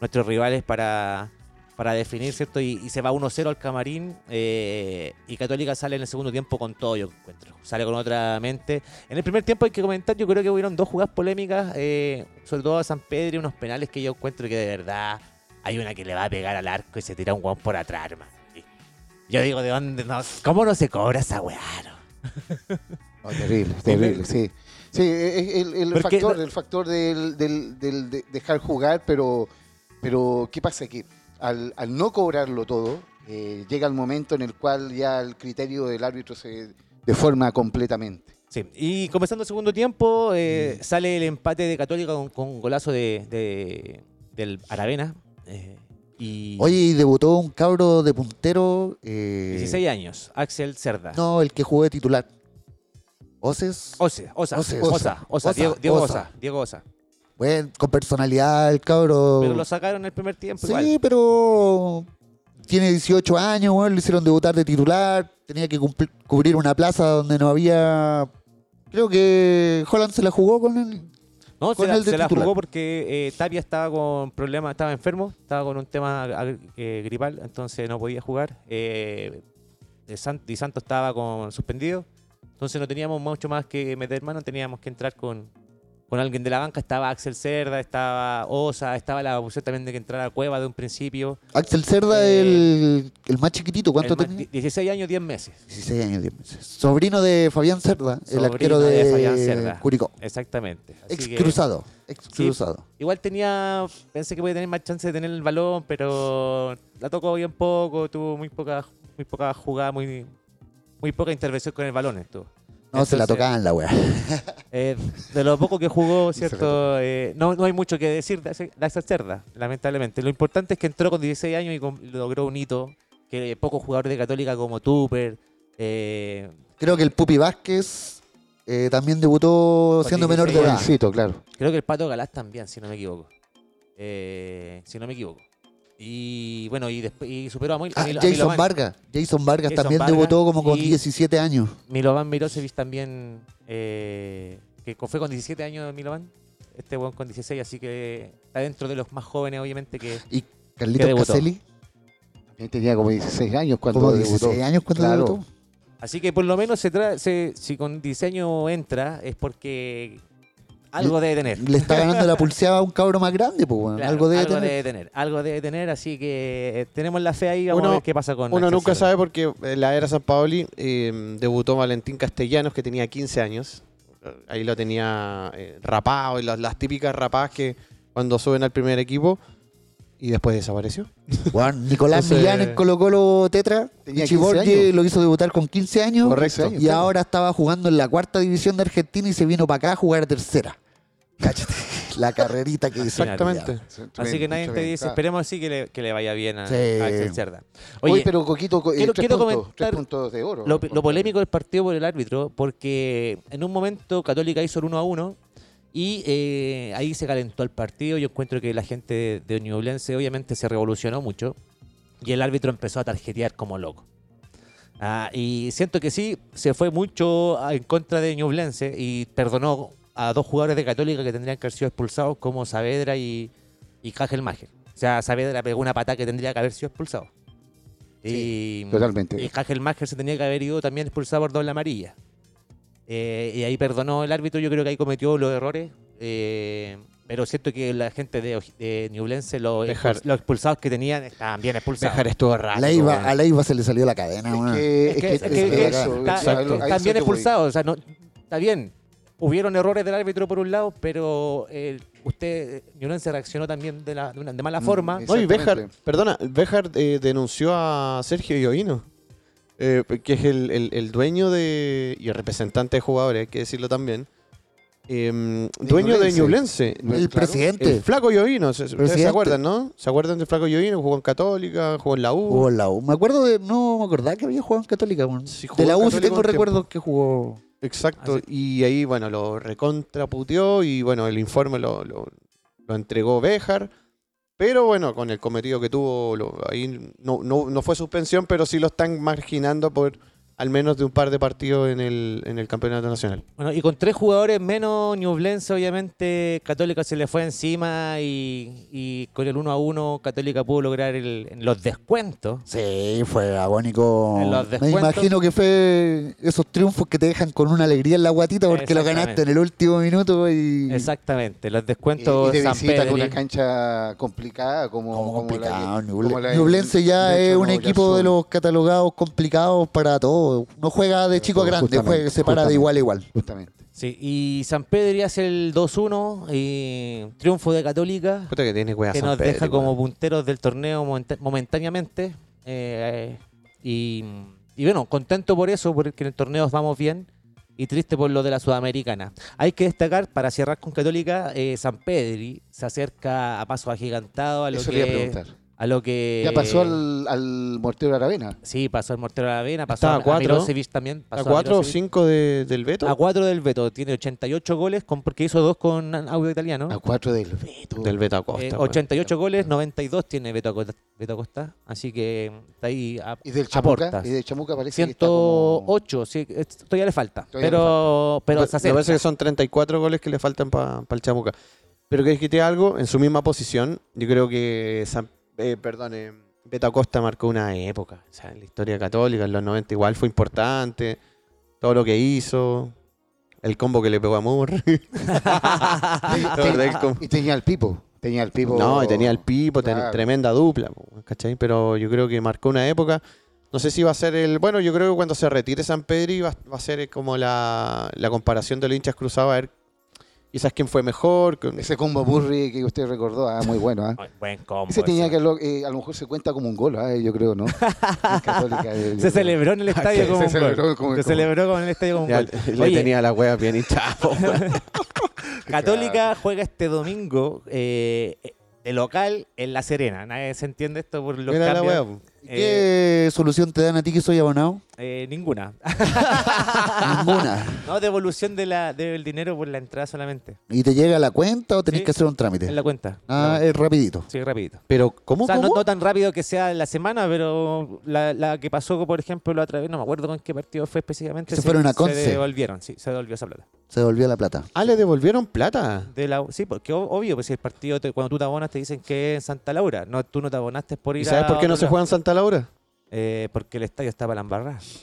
Speaker 2: nuestros rivales para, para definir, ¿cierto? Y, y se va 1-0 al camarín eh, y Católica sale en el segundo tiempo con todo, yo encuentro. Sale con otra mente. En el primer tiempo hay que comentar, yo creo que hubieron dos jugadas polémicas, eh, sobre todo a San Pedro y unos penales que yo encuentro que de verdad hay una que le va a pegar al arco y se tira un guan por atrás, hermano. Y Yo digo, ¿de dónde? No, ¿Cómo no se cobra esa weá? no?
Speaker 3: No, terrible, terrible, sí. Sí, eh, eh, el, el
Speaker 2: Porque
Speaker 3: factor,
Speaker 2: no-
Speaker 3: el factor del, del- del- de dejar jugar, pero Pero, ¿qué pasa? Que al, al no cobrarlo todo, eh, llega el momento en el cual ya el criterio del árbitro se deforma completamente.
Speaker 2: Sí. Y comenzando el segundo tiempo, eh, sale el empate de Católica con, con un golazo de, de- del Aravena. eh, y
Speaker 5: Oye, y debutó un cabro de puntero. eh,
Speaker 2: 16 años, Axel Cerda.
Speaker 5: Ah. No, el que jugó de titular. Oces.
Speaker 2: Ose, Osa,
Speaker 5: Ose,
Speaker 2: Osa,
Speaker 5: Osa,
Speaker 2: Osa,
Speaker 5: Osa,
Speaker 2: Diego, Diego
Speaker 5: Osa.
Speaker 2: Osa, Diego Osa.
Speaker 5: Bueno, con personalidad, el cabro.
Speaker 2: Pero lo sacaron el primer tiempo
Speaker 5: sí,
Speaker 2: igual.
Speaker 5: pero tiene 18 años, weón, le hicieron debutar de titular, tenía que cumplir- cubrir una plaza donde no había... Creo que Holland se la jugó con él.
Speaker 2: No, se,
Speaker 5: con
Speaker 2: la,
Speaker 5: el de
Speaker 2: se la
Speaker 5: titular.
Speaker 2: jugó porque eh, Tapia estaba con problemas, estaba enfermo, estaba con un tema agri- eh, gripal, entonces no podía jugar. Eh, de San- Di Santo estaba con suspendido, entonces no teníamos mucho más que meter mano, teníamos que entrar con, con alguien de la banca. Estaba Axel Cerda, estaba Osa, estaba la opción también de que entrara Cueva de un principio.
Speaker 5: Axel Cerda,
Speaker 2: Eh,
Speaker 5: el, el más chiquitito, ¿cuánto
Speaker 2: El más-
Speaker 5: tenía?
Speaker 2: 16 años, 10 meses.
Speaker 5: 16 años, 10 meses. Sobrino de Fabián Cerda, el
Speaker 2: Sobrino
Speaker 5: arquero de,
Speaker 2: de Fabián Cerda.
Speaker 5: Curicó.
Speaker 2: Exactamente. Así
Speaker 5: Ex
Speaker 2: que-
Speaker 5: cruzado, ex cruzado.
Speaker 2: Igual tenía, pensé que podía tener más chance de tener el balón, pero la tocó bien poco, tuvo muy poca, muy poca jugada, muy, muy poca intervención con el balón. Esto.
Speaker 5: No, se la
Speaker 2: Entonces,
Speaker 5: tocaban la weá.
Speaker 2: eh, de lo poco que jugó,
Speaker 5: Se la
Speaker 2: ¿cierto? Eh, no, no hay mucho que decir de, ese- de esa cerda, lamentablemente. Lo importante es que entró con 16 años y con- logró un hito que pocos jugadores de Católica como Tupper, eh,
Speaker 5: Creo que el Pupi Vázquez eh, también debutó
Speaker 2: Con
Speaker 5: siendo menor de
Speaker 2: 16
Speaker 5: edad.
Speaker 3: Jovencito, claro.
Speaker 2: Creo que el Pato Galás también, si no me equivoco. Eh, si no me equivoco. Y bueno, y, después, y superó a Mil- a
Speaker 5: Ah,
Speaker 2: Mil- a
Speaker 5: Jason
Speaker 2: Milovan.
Speaker 5: Vargas. Jason Vargas
Speaker 2: Jason
Speaker 5: también
Speaker 2: Vargas
Speaker 5: debutó como con
Speaker 2: y-
Speaker 5: 17 años.
Speaker 2: Milovan Mirosevic también, eh, que co- fue con 17 años Milovan. Este buen con 16, así que está dentro de los más jóvenes, obviamente, que...
Speaker 5: Y
Speaker 2: Que
Speaker 5: Carlitos
Speaker 2: debutó.
Speaker 5: Caselli,
Speaker 3: Él tenía como 16 años cuando
Speaker 5: como
Speaker 3: debutó.
Speaker 5: 16 años cuando
Speaker 3: Claro.
Speaker 5: debutó.
Speaker 2: Así que por lo menos se tra- se- si con diseño entra, es porque algo debe tener.
Speaker 5: Le está ganando la pulseada a un cabro más grande, pues, weón.
Speaker 2: Claro,
Speaker 5: algo debe tener.
Speaker 2: debe tener. Algo debe tener, así que eh, tenemos la fe ahí, vamos
Speaker 4: Uno-
Speaker 2: a ver qué pasa con...
Speaker 4: Uno
Speaker 2: Axel
Speaker 4: nunca
Speaker 2: Cerda.
Speaker 4: sabe porque en la era San Paoli eh, debutó Valentín Castellanos, que tenía 15 años. Eh, Ahí lo tenía eh, rapado y las, las típicas rapadas que cuando suben al primer equipo y después desapareció.
Speaker 5: Weón, Nicolás
Speaker 4: Entonces-
Speaker 5: Millán en Colo Colo Tetra.
Speaker 3: Tenía
Speaker 5: Pichi
Speaker 3: 15
Speaker 5: Borghi
Speaker 3: años.
Speaker 5: lo hizo debutar con 15 años.
Speaker 3: Correcto.
Speaker 5: Y
Speaker 3: Claro.
Speaker 5: ahora estaba jugando en la cuarta división de Argentina y se vino para acá a jugar a tercera. Cáchate. la carrerita que hizo.
Speaker 4: Exactamente.
Speaker 2: Así que nadie te dice,
Speaker 3: espera.
Speaker 2: esperemos así que le, que le vaya bien a,
Speaker 5: Sí.
Speaker 2: a Axel Cerda.
Speaker 3: Oye,
Speaker 2: Oye,
Speaker 3: pero Coquito, eh,
Speaker 2: quiero-
Speaker 3: tres,
Speaker 2: quiero
Speaker 3: puntos,
Speaker 2: comentar
Speaker 3: tres puntos de oro.
Speaker 2: lo, lo polémico del partido por el árbitro, porque en un momento Católica hizo el 1 a 1 y eh, ahí se calentó el partido. Yo encuentro que la gente de, de Ñublense obviamente se revolucionó mucho y el árbitro empezó a tarjetear como loco. Ah, y siento que sí, se fue mucho a- en contra de Ñublense y perdonó a dos jugadores de Católica que tendrían que haber sido expulsados, como Saavedra y, y Mager. O sea, Saavedra pegó una patada que tendría que haber sido expulsado. y,
Speaker 3: Totalmente.
Speaker 2: y Hagelmacher se tenía que haber ido también expulsado por doble amarilla. Eh, y ahí perdonó el árbitro, yo creo que ahí cometió los errores. eh, pero siento que la gente de, Oj- de Ñublense, los,
Speaker 4: Bejar.
Speaker 2: expuls- los expulsados que tenían, estaban bien expulsados.
Speaker 4: Bejar estuvo raro.
Speaker 5: Leiva,
Speaker 4: weón.
Speaker 5: a Leiva se le salió la cadena, weón.
Speaker 3: Ah. que-
Speaker 2: Es que- es que-
Speaker 5: es que
Speaker 3: eso,
Speaker 2: está-
Speaker 3: eso,
Speaker 2: es que
Speaker 3: ahí lo- ahí
Speaker 2: están bien
Speaker 3: eso te voy.
Speaker 2: expulsados. O sea, no, está bien. Hubieron errores del árbitro por un lado, pero eh, usted, Ñublense reaccionó también de, la- de una- de mala
Speaker 3: Mm,
Speaker 2: forma.
Speaker 3: es-
Speaker 4: No, y Bejar,
Speaker 3: Exactamente.
Speaker 4: perdona, Bejar eh, denunció a Sergio Iovino, eh, que es el, el- el dueño de y el representante de jugadores, hay que decirlo también. em, dueño de
Speaker 3: Ñublense.
Speaker 4: Ñublense.
Speaker 3: claro.
Speaker 5: el presidente.
Speaker 4: El Flaco Llovino, se- ustedes se
Speaker 5: Presidente.
Speaker 4: acuerdan, ¿no? ¿Se acuerdan del Flaco Llovino? Jugó en Católica, jugó en la U.
Speaker 5: Jugó en la U. Me acuerdo de. No me acordaba que había jugado en Católica, weón.
Speaker 4: Sí, jugó
Speaker 5: de la
Speaker 4: en
Speaker 5: U sí
Speaker 4: Católica
Speaker 5: tengo
Speaker 4: un tiempo.
Speaker 5: recuerdos que jugó.
Speaker 4: Exacto.
Speaker 2: Ah,
Speaker 4: Y ahí, bueno, lo recontraputeó y, bueno, el informe lo, lo- lo entregó Béjar. Pero bueno, con el cometido que tuvo, lo- ahí no, no- no fue suspensión, pero sí lo están marginando por al menos de un par de partidos en el, en el campeonato nacional.
Speaker 2: Bueno, y con tres jugadores menos, Ñublense obviamente, Católica se le fue encima y, y con el 1 a 1 Católica pudo lograr el- en los descuentos.
Speaker 5: Sí, fue agónico.
Speaker 2: En los
Speaker 5: Me
Speaker 2: descuentos.
Speaker 5: imagino que fue esos triunfos que te dejan con una alegría en la guatita porque lo ganaste en el último minuto y.
Speaker 2: Exactamente, los
Speaker 3: Y-
Speaker 2: descuentos
Speaker 3: y de
Speaker 2: San
Speaker 3: visita
Speaker 2: Pedri.
Speaker 3: con una cancha complicada como,
Speaker 5: Como
Speaker 3: como
Speaker 5: complicado.
Speaker 3: la,
Speaker 5: Ñuble-
Speaker 3: como la-
Speaker 5: Ñublense ya
Speaker 3: de hecho,
Speaker 5: es un
Speaker 3: no, ya
Speaker 5: equipo de
Speaker 3: son-
Speaker 5: los catalogados complicados para todo. No juega de chico a grande,
Speaker 3: Justamente,
Speaker 5: juega- se para de
Speaker 3: justamente.
Speaker 5: igual a igual.
Speaker 3: Justamente.
Speaker 2: Sí, y San Pedro hace el 2-1 y triunfo de Católica
Speaker 4: Puta que tiene wea
Speaker 2: que
Speaker 4: San
Speaker 2: nos
Speaker 4: Pedro,
Speaker 2: deja
Speaker 4: weón.
Speaker 2: como punteros del torneo momenta- momentáneamente. eh, y, y bueno, contento por eso, porque en el torneo vamos bien. Y triste por lo de la Sudamericana. Hay que destacar, para cerrar con Católica, eh, San Pedri se acerca a paso agigantado a lo
Speaker 3: Eso le iba a
Speaker 2: que.
Speaker 3: preguntar.
Speaker 2: a lo que
Speaker 3: Ya pasó al, al mortero de Aravena.
Speaker 2: Sí, pasó el Mortero de la Avena, pasó
Speaker 4: Estaba
Speaker 2: a,
Speaker 4: a cuatro.
Speaker 2: Milosevic también.
Speaker 4: ¿A
Speaker 2: pasó
Speaker 4: 4 o
Speaker 2: Milosevic.
Speaker 4: 5 del Beto?
Speaker 2: A 4 del Beto, tiene 88 goles, con, porque hizo dos con audio italiano.
Speaker 3: A cuatro del Beto.
Speaker 4: Del Beto Acosta.
Speaker 2: Eh,
Speaker 4: weón.
Speaker 2: 88 goles, 92 tiene Beto Acosta, Beto Acosta, así que está ahí ah, a
Speaker 3: Y del
Speaker 2: a
Speaker 3: Chamuca.
Speaker 2: portas.
Speaker 3: Y del Chamuca parece que está como-
Speaker 2: 108, sí, eh, todavía le falta,
Speaker 3: Todavía le
Speaker 2: pero, pero
Speaker 4: Me-
Speaker 2: se
Speaker 4: Me
Speaker 2: acerca.
Speaker 4: parece que son 34 goles que le faltan para el Chamuca. Pero que dijiste algo, en su misma posición, yo creo que San- eh, perdón, eh, Beto Acosta marcó una época. O sea, en la historia católica, en los 90 igual fue importante. Todo lo que hizo. El combo que le pegó a Moore. La verdad es como-
Speaker 3: Y tenía el Pipo. Tenía el Pipo.
Speaker 4: No, y tenía el Pipo, ten-
Speaker 3: Claro.
Speaker 4: tremenda dupla, po, ¿cachai? Pero yo creo que marcó una época. No sé si va a ser el. Bueno, yo creo que cuando se retire San Pedri va, va a ser eh, como la, la comparación de los hinchas cruzados, a ver quizás quién fue mejor. con-
Speaker 3: Ese combo Burri que usted recordó, ah, muy bueno. ah.
Speaker 2: Ay, Buen combo.
Speaker 3: Ese tenía
Speaker 2: ese.
Speaker 3: que lo- eh, a lo mejor se cuenta como un gol, ah, yo creo, ¿no? En Católica, eh, yo
Speaker 2: Se
Speaker 3: creo.
Speaker 2: celebró en el estadio
Speaker 3: Se
Speaker 2: como un
Speaker 3: celebró
Speaker 2: gol.
Speaker 3: como-
Speaker 2: Se
Speaker 3: como-
Speaker 2: celebró con el estadio como un
Speaker 4: Ya,
Speaker 2: gol.
Speaker 4: le
Speaker 2: Oye,
Speaker 4: tenía la hueá bien hinchada. po, weón.
Speaker 2: Católica juega este domingo eh, de local en La Serena. Nadie se entiende esto por los
Speaker 4: Era la
Speaker 2: cambios.
Speaker 4: hueá, po.
Speaker 5: ¿Qué solución te dan a ti que soy abonado?
Speaker 2: Eh, ninguna.
Speaker 5: Ninguna.
Speaker 2: No, devolución de la, del dinero por la entrada solamente.
Speaker 5: ¿Y te llega la cuenta o tenés
Speaker 2: Sí.
Speaker 5: que hacer un trámite?
Speaker 2: En la cuenta.
Speaker 5: Ah, es rapidito.
Speaker 2: Sí, rapidito.
Speaker 4: Pero, ¿cómo?
Speaker 2: O sea, no,
Speaker 4: cómo?
Speaker 2: no tan rápido que sea en la semana, pero la, la que pasó, por ejemplo, la otra vez, no me acuerdo con qué partido fue específicamente.
Speaker 5: Que se fueron a
Speaker 2: Se
Speaker 5: Conce.
Speaker 2: devolvieron, sí, se devolvió esa plata.
Speaker 5: Se devolvió la plata.
Speaker 4: Ah, le devolvieron plata.
Speaker 2: De la, sí, porque ob- obvio, pues si el partido, te- cuando tú te abonas, te dicen que es en Santa Laura. No, tú no te abonaste por ir
Speaker 4: ¿Y sabes
Speaker 2: a
Speaker 4: por qué no
Speaker 2: otro
Speaker 4: se
Speaker 2: lado.
Speaker 4: juega en Santa Laura?
Speaker 2: Eh, porque el estadio estaba la embarrada. sí.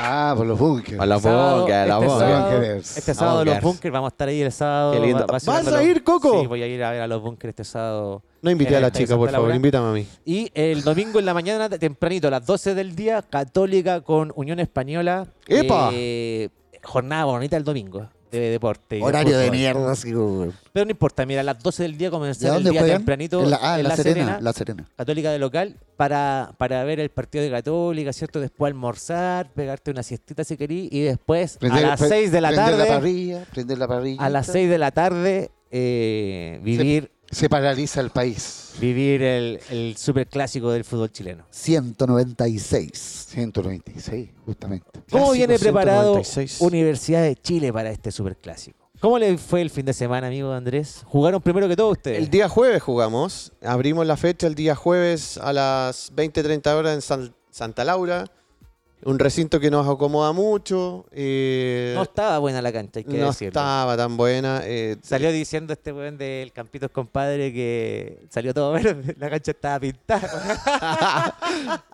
Speaker 3: Ah, por los bunkers.
Speaker 4: A la
Speaker 2: Sábado,
Speaker 4: boca, a la
Speaker 2: este
Speaker 3: boca.
Speaker 4: boca.
Speaker 2: sábado,
Speaker 3: Bunkers.
Speaker 2: Este sábado
Speaker 4: Bunkers.
Speaker 2: los bunkers, vamos a estar ahí el sábado.
Speaker 4: Qué lindo.
Speaker 2: va- va
Speaker 4: ¿Vas
Speaker 2: ser
Speaker 4: a
Speaker 2: los-
Speaker 4: ir, Coco?
Speaker 2: Sí, voy a ir a ver a los bunkers este sábado.
Speaker 4: No invité a
Speaker 2: en
Speaker 4: la
Speaker 2: el
Speaker 4: chica, por
Speaker 2: Santa
Speaker 4: favor,
Speaker 2: Laura.
Speaker 4: invítame a mí.
Speaker 2: Y el domingo en la mañana, tempranito, a las 12 del día, Católica con Unión Española.
Speaker 4: ¡Epa!
Speaker 2: Eh, jornada bonita el domingo de deporte. y de
Speaker 5: Horario de
Speaker 2: fútbol.
Speaker 5: mierda, así como-
Speaker 2: Pero no importa, mira, a las 12 del día
Speaker 5: ¿De
Speaker 2: comenzar el
Speaker 5: dónde
Speaker 2: día
Speaker 5: juegan?
Speaker 2: tempranito
Speaker 5: En la, ah, en
Speaker 2: en
Speaker 5: la,
Speaker 2: La
Speaker 5: Serena,
Speaker 2: Serena.
Speaker 5: La Serena.
Speaker 2: Católica de local para, para ver el partido de Católica, ¿cierto? Después almorzar, pegarte una siestita si querís y después
Speaker 3: Prender-
Speaker 2: a las
Speaker 3: pre-
Speaker 2: 6 de la
Speaker 3: Prender la
Speaker 2: tarde,
Speaker 3: parrilla, prender la parrilla.
Speaker 2: a las 6 de la tarde eh, vivir
Speaker 3: Se paraliza el país.
Speaker 2: vivir el, el superclásico del fútbol chileno.
Speaker 5: 196.
Speaker 3: 196, justamente.
Speaker 2: ¿Cómo
Speaker 4: Clásico
Speaker 2: viene preparado
Speaker 4: 196.
Speaker 2: Universidad de Chile para este superclásico? ¿Cómo le fue el fin de semana, amigo Andrés? ¿Jugaron primero que todo ustedes?
Speaker 4: El día jueves jugamos. Abrimos la fecha el día jueves a las 20.30 horas en San- Santa Laura. Un recinto que nos acomoda mucho. eh,
Speaker 2: no estaba buena la cancha, hay que
Speaker 4: no
Speaker 2: decirlo.
Speaker 4: estaba tan buena. eh,
Speaker 2: Salió diciendo este weón del Campitos Compadre que salió todo verde, la cancha estaba pintada. Ah,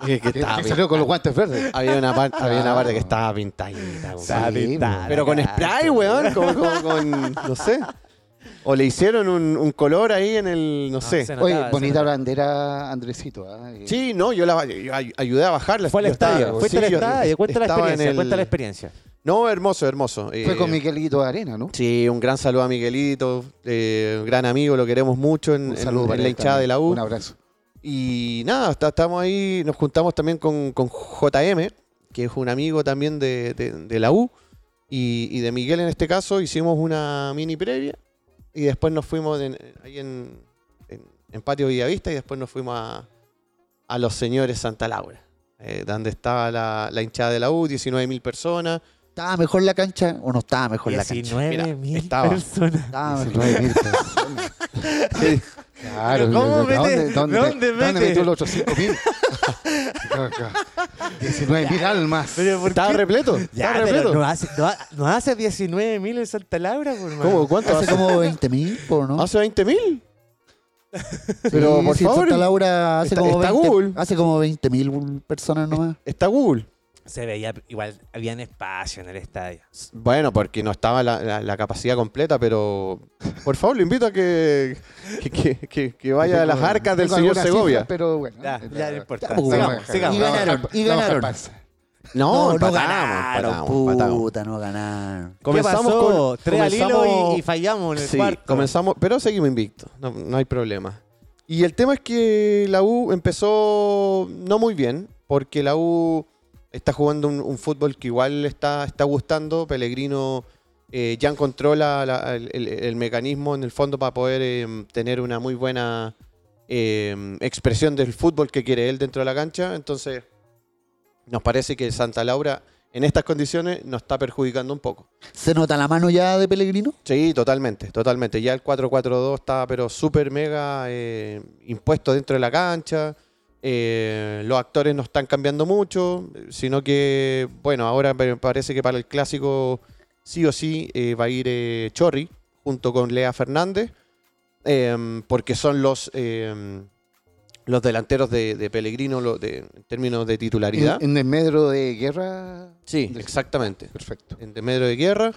Speaker 4: eh, que
Speaker 3: Que-
Speaker 4: estaba
Speaker 3: que
Speaker 4: pin-
Speaker 3: salió con los guantes verdes.
Speaker 4: había, una par- había una parte que estaba pintadita. weón.
Speaker 2: Estaba
Speaker 3: Sí,
Speaker 2: pintada
Speaker 4: Pero
Speaker 2: la
Speaker 4: con
Speaker 2: cancha.
Speaker 4: spray, weón. Como, como con, no sé. O le hicieron un, un color ahí en el, no sé.
Speaker 2: se notaba,
Speaker 3: Oye,
Speaker 2: se
Speaker 3: bonita
Speaker 2: notaba.
Speaker 3: bandera, Andresito. ah, eh.
Speaker 4: Sí, no, yo, la, yo ay- ayudé a bajarla.
Speaker 2: Fue al
Speaker 4: Yo estaba-
Speaker 2: estadio, fuiste
Speaker 4: sí,
Speaker 2: al
Speaker 4: yo
Speaker 2: estadio, cuenta la
Speaker 4: estaba en
Speaker 2: experiencia,
Speaker 4: el-
Speaker 2: cuenta la experiencia.
Speaker 4: No, hermoso, hermoso.
Speaker 3: Fue
Speaker 4: Eh,
Speaker 3: con Miguelito Arena, ¿no?
Speaker 4: Sí, un gran saludo a Miguelito, eh, un gran amigo, lo queremos mucho en,
Speaker 3: Un
Speaker 4: en-
Speaker 3: saludo
Speaker 4: en
Speaker 3: para
Speaker 4: la
Speaker 3: él
Speaker 4: hinchada
Speaker 3: también.
Speaker 4: de la U.
Speaker 3: Un abrazo.
Speaker 4: Y nada, está- estamos ahí, nos juntamos también con, con JM, que es un amigo también de, de- de la U, y, y de Miguel en este caso, hicimos una mini previa, y después nos fuimos en- ahí en, en- en Patio Villavista, y después nos fuimos a, a Los Señores Santa Laura, eh, donde estaba la, la hinchada de la U, 19.000 personas.
Speaker 5: ¿Estaba mejor la cancha o no estaba mejor la cancha?
Speaker 2: 19
Speaker 4: Mira,
Speaker 2: mil
Speaker 4: estaba.
Speaker 2: personas.
Speaker 5: Estaba mejor.
Speaker 3: 19.000 personas. Claro,
Speaker 2: Pero ¿cómo
Speaker 3: ¿dónde,
Speaker 2: mete-
Speaker 3: dónde,
Speaker 2: dónde
Speaker 3: dónde
Speaker 2: mete?
Speaker 3: metió los otros 5.000? 19.000 almas.
Speaker 2: Pero ¿por
Speaker 4: Estaba
Speaker 2: qué?
Speaker 4: repleto,
Speaker 2: Ya,
Speaker 4: estaba
Speaker 2: pero
Speaker 4: repleto.
Speaker 2: no hace, no ha- no hace 19 mil en Santa Laura, por hermano.
Speaker 4: ¿Cómo? ¿Cuánto
Speaker 5: Hace
Speaker 4: hace?
Speaker 5: como 20 mil, ¿no?
Speaker 4: ¿Hace 20 mil?
Speaker 5: Sí,
Speaker 4: Ah, por
Speaker 5: sí,
Speaker 4: favor.
Speaker 5: Santa Laura hace
Speaker 4: Está-
Speaker 5: como
Speaker 4: está
Speaker 5: 20
Speaker 4: Google.
Speaker 5: hace como 20 mil personas nomás.
Speaker 4: Está Google.
Speaker 2: Se veía, igual, habían espacio en el estadio.
Speaker 4: Bueno, porque no estaba la, la- la capacidad completa, pero por favor lo invito a que, que, que- que- que vaya a las
Speaker 3: Tengo-
Speaker 4: arcas del
Speaker 3: tengo
Speaker 4: señor
Speaker 3: algunas
Speaker 4: Segovia.
Speaker 3: cifras, pero bueno. eh,
Speaker 2: Ya, ya no importa.
Speaker 5: Ya, pues,
Speaker 2: Sigamos,
Speaker 5: bueno.
Speaker 2: sigamos.
Speaker 5: Y ganaron, y ganaron.
Speaker 4: No, empatamos,
Speaker 5: ganaron,
Speaker 4: empatamos, empatamos.
Speaker 5: puta, no ganaron.
Speaker 4: Comenzamos
Speaker 2: ¿Qué pasó?
Speaker 4: con-
Speaker 2: Tres al hilo
Speaker 4: comenzamos-
Speaker 2: y, y fallamos en el
Speaker 4: Sí,
Speaker 2: cuarto.
Speaker 4: comenzamos, pero seguimos invictos, no, no hay problema. Y el tema es que la U empezó no muy bien, porque la U está jugando un, un fútbol que igual está, está gustando. Pellegrino eh, ya controla la- el, el- el mecanismo en el fondo para poder eh, tener una muy buena eh, expresión del fútbol que quiere él dentro de la cancha. Entonces, nos parece que Santa Laura en estas condiciones nos está perjudicando un poco.
Speaker 5: ¿Se nota la mano ya de Pellegrino?
Speaker 4: Sí, totalmente, totalmente. Ya el 4-4-2 está pero súper mega eh, impuesto dentro de la cancha. Eh, los actores no están cambiando mucho, sino que, bueno, ahora me parece que para el clásico sí o sí eh, va a ir eh, Chorri junto con Lea Fernández, eh, porque son los, eh, los delanteros de, de Pellegrino lo- de- en términos de
Speaker 3: ¿En,
Speaker 4: titularidad.
Speaker 3: en el medro de guerra?
Speaker 4: sí, exactamente
Speaker 3: Perfecto.
Speaker 4: en de medio de guerra.